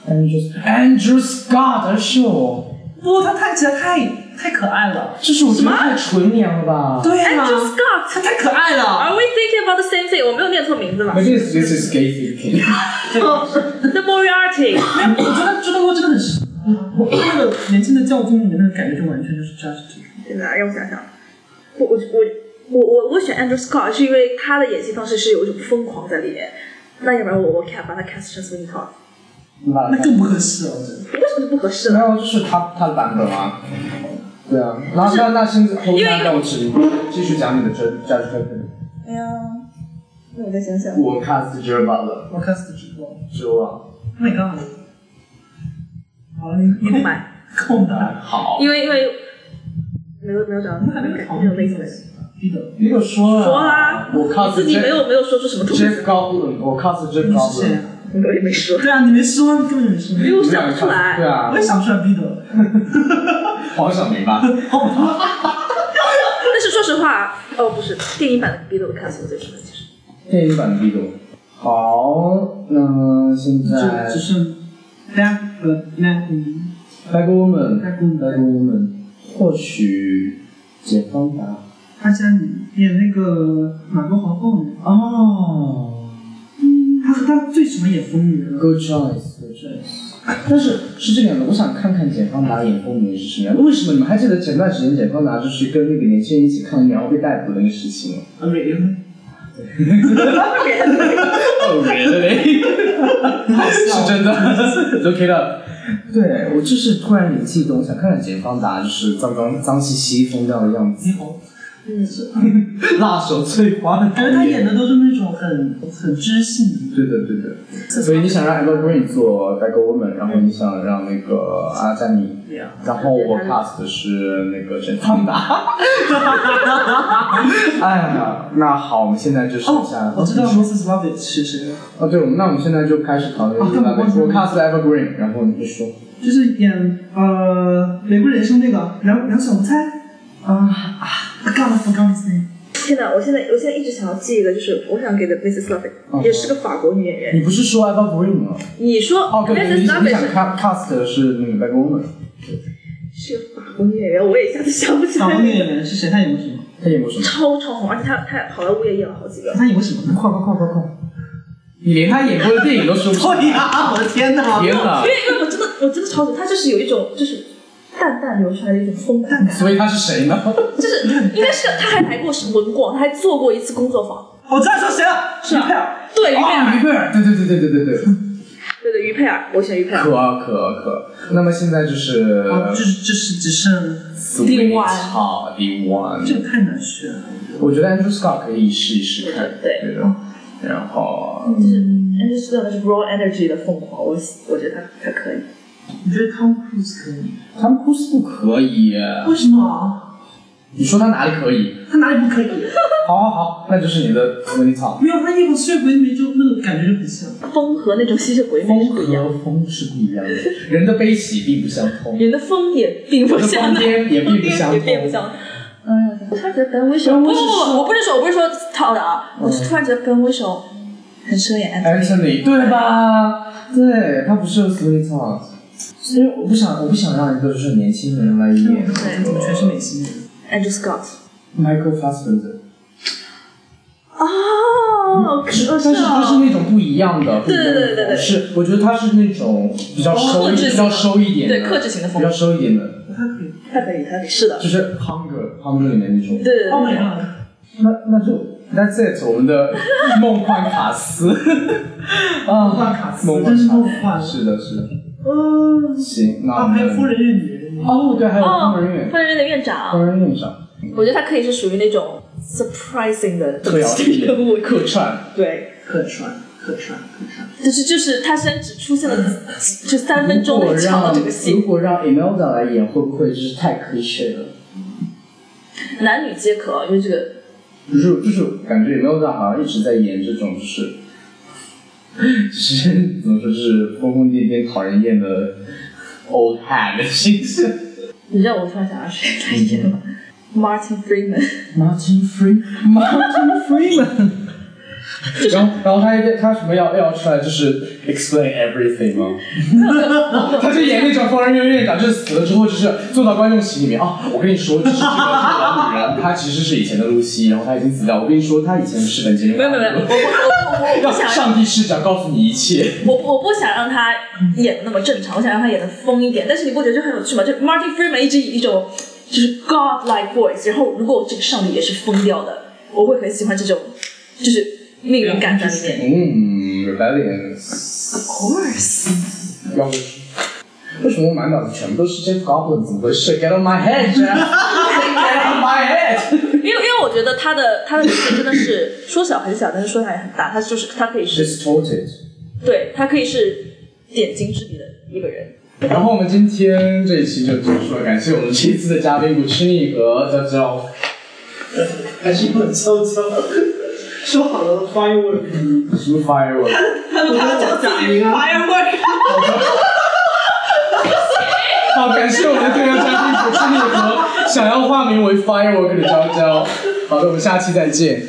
Speaker 1: ？Andrew Andrew Scott 是我，
Speaker 2: 不，他看起来太太可爱了。
Speaker 1: 就是我觉得太纯良了吧？
Speaker 2: 对啊
Speaker 3: Andrew Scott
Speaker 2: 他太可爱了。
Speaker 3: Are we thinking about the same thing？我没有念错名字吧
Speaker 1: But this this is gay thinking。
Speaker 3: ？The
Speaker 2: 没
Speaker 3: Moriarty，
Speaker 2: 有，我觉得朱德洛真的很适合我那个年轻的教宗里面那个感觉就完全就是 Just。
Speaker 3: 真的让我想想，我我我我我我选 Andrew Scott 是因为他的演戏方式是有一种疯狂在里面。那要不然我我 cast 把他 cast 成 Swing Todd，
Speaker 1: 那
Speaker 2: 那更不合适了，我觉得。
Speaker 3: 为什么不合适
Speaker 1: 没
Speaker 3: 呢？
Speaker 1: 有，就是他他的版本啊。对啊，那那那现在后
Speaker 3: 因为
Speaker 1: 面让我指继续讲你的 Judge Judge Dredd
Speaker 3: 哎呀，那我再想想
Speaker 1: 我看是 Judge Butler，
Speaker 2: 我看死直播。
Speaker 1: 是我。
Speaker 2: Oh my god！好了，你
Speaker 3: 空白，
Speaker 2: 空白，
Speaker 1: 好。
Speaker 3: 因为因为没有没有找到
Speaker 2: 我们还
Speaker 3: 那
Speaker 2: 没
Speaker 3: 种
Speaker 2: 有讨
Speaker 3: 感觉
Speaker 2: 论
Speaker 3: 那种类型的人。
Speaker 2: 记得
Speaker 1: 你有说了？
Speaker 3: 说啦
Speaker 1: 我看
Speaker 3: 你自
Speaker 1: 是
Speaker 3: 己
Speaker 1: Jeff-
Speaker 3: 没有没有说出什么东西，
Speaker 1: Jeff Goldblum，我看是 Jeff
Speaker 2: 你是谁
Speaker 1: Goldblum。
Speaker 2: 啊？
Speaker 3: 我也没说，
Speaker 2: 对啊，你没说，根本没说。
Speaker 3: 因为我想不出
Speaker 1: 对
Speaker 3: 来。
Speaker 1: 啊
Speaker 2: 我，也想不出来 Peter。
Speaker 1: 黄晓明吧。
Speaker 3: 但是说实话，哦不是，电影版的 b e a t l e 看死我最喜欢，其实
Speaker 1: 电影版的 b e 好，那现在
Speaker 2: 就只啊剩 Black 和 Black
Speaker 1: Black Woman，Black
Speaker 2: Black Woman。
Speaker 1: Woman，或许简方达。
Speaker 2: 他家里演那个马国皇后呢，
Speaker 1: 哦
Speaker 2: 他他最喜欢演疯女人了。
Speaker 1: ，Good choice，Good choice。但是是这个样的，我想看看简方达演风云是什么样的。为什么你们还记得前段时间简方达就是跟那个年轻人一起看然后被逮捕的那个事情吗？
Speaker 2: 啊，美人，
Speaker 1: 哦，没了嘞。 是真的，OK 的。对我就是突然灵机一动，我想看看简方达就是脏脏脏兮兮疯掉的样子，
Speaker 2: 你好。
Speaker 3: 嗯，
Speaker 1: 辣手翠花的
Speaker 2: 感觉他演的都是那种很很知性 的。
Speaker 1: 对的对的，所以你想让 Emma Green 做 Bag Woman，然后你想让那个阿加米，
Speaker 2: 对呀。
Speaker 1: 然后我 pass 的是那个简方达。 哎呀，那好，我们现在就剩下
Speaker 2: 哦，我知道 Mrs. Lovett 是谁了，
Speaker 1: 哦，对，我们那我们现在就开始讨论
Speaker 2: 啊
Speaker 1: 另外一
Speaker 2: 我
Speaker 1: 个。我 pass Evergreen，然后你就说
Speaker 2: 就是演呃《玫瑰人生》那个梁梁小无猜。
Speaker 1: 啊啊，
Speaker 2: I gotta forget his name。
Speaker 3: 天哪！我现在我现在一直想要记一个，就是我想给的 Mrs. Lovett，
Speaker 1: 嗯
Speaker 3: 也是个法国女演员。
Speaker 1: 你不是说 Evergreen 吗？
Speaker 3: 你说
Speaker 1: 哦，对，你
Speaker 3: Mrs.
Speaker 1: 你想
Speaker 3: Lovett 是
Speaker 1: cast cast 的是那个 Bag Woman，
Speaker 3: 是个法国女演员，我也一下子想不起
Speaker 2: 小
Speaker 3: 来
Speaker 2: 无。女演员是谁？他演过什么？
Speaker 1: 他演过什么？
Speaker 3: 超超红，而且她她好莱坞也演了好几个。
Speaker 2: 他演过什么呢？
Speaker 1: 快快快快快！你连他演过的电影都说不出 来。
Speaker 2: 哎呀！我的天哪！
Speaker 1: 天哪
Speaker 3: 因！为因为我真的我真的超喜欢她，就是有一种就是淡淡流出来的一种风范感，
Speaker 1: 所以他是谁呢？
Speaker 3: 就是应该是她还来过文广，她还做过一次工作坊。
Speaker 2: 我知道说谁了，是佩尔。
Speaker 3: 对于佩
Speaker 1: 啊，
Speaker 3: 尔，
Speaker 1: 于贝尔，对对对对对对对，
Speaker 3: 对对于佩尔，我选于佩尔。
Speaker 1: 可啊可啊可啊。那么现在啊就是
Speaker 2: 哦，就是就是只剩，
Speaker 3: 第五
Speaker 1: Sweet
Speaker 3: 啊
Speaker 1: Talk，第五啊
Speaker 2: 这个太难选了。
Speaker 1: 我觉得 Andrew Scott 可以试一试看，
Speaker 3: 对
Speaker 1: 对的。然后
Speaker 3: 就是 Andrew s c o t 是 raw energy 的疯狂，我我觉得她她可以。
Speaker 2: 你觉得汤姆·克鲁斯可以吗？
Speaker 1: 他们 Cruise 不可以，啊
Speaker 2: 为什么？
Speaker 1: 你说他哪里可以？
Speaker 2: 他哪里不可以？
Speaker 1: 好好好，那就是你的文草。
Speaker 2: 没有，他那个吸血鬼里面就那个感觉就很像。
Speaker 3: 风和那种吸血鬼美
Speaker 1: 风
Speaker 3: 是不一样，
Speaker 1: 和风是不一样的，人的悲喜并不相通，
Speaker 3: 人的风也并不
Speaker 1: 人的
Speaker 3: 相
Speaker 1: 疯
Speaker 3: 同，
Speaker 1: 癫也并不相
Speaker 3: 也并不
Speaker 1: 通。
Speaker 3: 相同。哎呀，我突然觉得本威手，
Speaker 2: 本
Speaker 3: 不
Speaker 2: 威
Speaker 3: 不
Speaker 2: 是
Speaker 3: 不，我不是说我不是说套的啊，
Speaker 1: 嗯
Speaker 3: 我是突然觉得本威手很适合演 Anthony
Speaker 1: Anthony，对吧？对他不是 Sweet Talk，因为我不想，我不想让一个就是年轻人来演那
Speaker 2: 怎么
Speaker 1: 个
Speaker 2: 全是美型人？
Speaker 3: Andrew Scott
Speaker 1: Michael Fassbender，
Speaker 3: 啊，可是
Speaker 1: 但是他是那种不一样的，不一样的
Speaker 3: 对对对对对
Speaker 1: 是我觉得他是那种比较收
Speaker 3: 克
Speaker 1: 一
Speaker 3: 制型的
Speaker 1: 比较收一点的，
Speaker 3: 对克制型的风
Speaker 1: 比较收一点的，
Speaker 2: 他可以。
Speaker 4: 他可以，他可以，是的，
Speaker 1: 就是 Hunger Hunger 里面那种。
Speaker 3: 对对
Speaker 2: 哦，没
Speaker 3: 对，
Speaker 2: 了。
Speaker 1: 那那就 That's it，我们的梦幻卡 斯啊，梦
Speaker 2: 幻卡斯
Speaker 1: 梦
Speaker 2: 真是
Speaker 1: 幻
Speaker 2: 梦幻
Speaker 1: 是的，是的。
Speaker 2: 嗯。
Speaker 1: 行，那我
Speaker 2: 啊，
Speaker 1: 们
Speaker 2: 还有夫人院女人。
Speaker 1: 哦，对，还有
Speaker 3: 哦
Speaker 1: 工人院，
Speaker 3: 疯人院的院
Speaker 1: 工
Speaker 3: 长，
Speaker 1: 人院长
Speaker 3: 我觉得他可以是属于那种 surprising 的
Speaker 1: 特邀
Speaker 3: 人物，
Speaker 1: 客串，
Speaker 3: 对，
Speaker 2: 客串，客串，客串。
Speaker 3: 就是就是他虽然只出现了就三分
Speaker 1: 如
Speaker 3: 钟
Speaker 1: 嗯果
Speaker 3: 就抢了
Speaker 1: 让
Speaker 3: 整个
Speaker 1: 如
Speaker 3: 戏，
Speaker 1: 果让 Imelda 来演，会不会就是太 c l i c h 了？嗯
Speaker 3: 男女皆可，因为这个
Speaker 1: 就是就是感觉 Imelda 好像一直在演这种就是。就是怎么说，就是疯疯癫癫、讨人厌的 old hand 的形象。
Speaker 3: 你知道我突然想到谁来演吗？Martin
Speaker 1: 嗯
Speaker 3: Freeman，
Speaker 1: Martin Freeman，Martin Freeman。然后，然后他一他什么要要出来就是 explain everything 吗？他就演那种疯人院院长，就是死了之后就是坐到观众席里面啊，我跟你说，就是这个这个老女人，她其实是以前的露西，然后她已经死掉。我跟你说，她以前是本杰明。
Speaker 3: 没有没有没 有，我我我我
Speaker 1: 让
Speaker 3: 不想
Speaker 1: 上帝视角告诉你一切。
Speaker 3: 我我不想让他演的那么正常，我想让他演的疯一点。但是你不觉得就很有趣吗？就 Martin Freeman 一直以一种就是 God-like voice，然后如果这个上帝也是疯掉的，我会很喜欢这种，就是命运感在里面。
Speaker 1: 嗯，rebellion，
Speaker 3: Of course，
Speaker 1: 要不为什么我满脑子全部都是 Jeff Goldblum？怎么回事？Get on my head，Jeff，Get on my head。
Speaker 3: 因为因为我觉得他的他的名字真的是说小很小，但是说大也很大。他就是他可以是
Speaker 1: Distorted。
Speaker 3: 对他可以是点睛之笔的一个人。
Speaker 1: 然后我们今天这一期就结束了，感谢我们这一次的嘉宾古诗逆和娇娇。
Speaker 2: 还是我悄悄。说好了 firework，
Speaker 1: 什么 firework？
Speaker 2: 他叫贾玲啊。firework，
Speaker 1: 好，感谢我们的特邀嘉宾古诗逆和想要化名为 firework 的娇娇。好的，我们下期再见。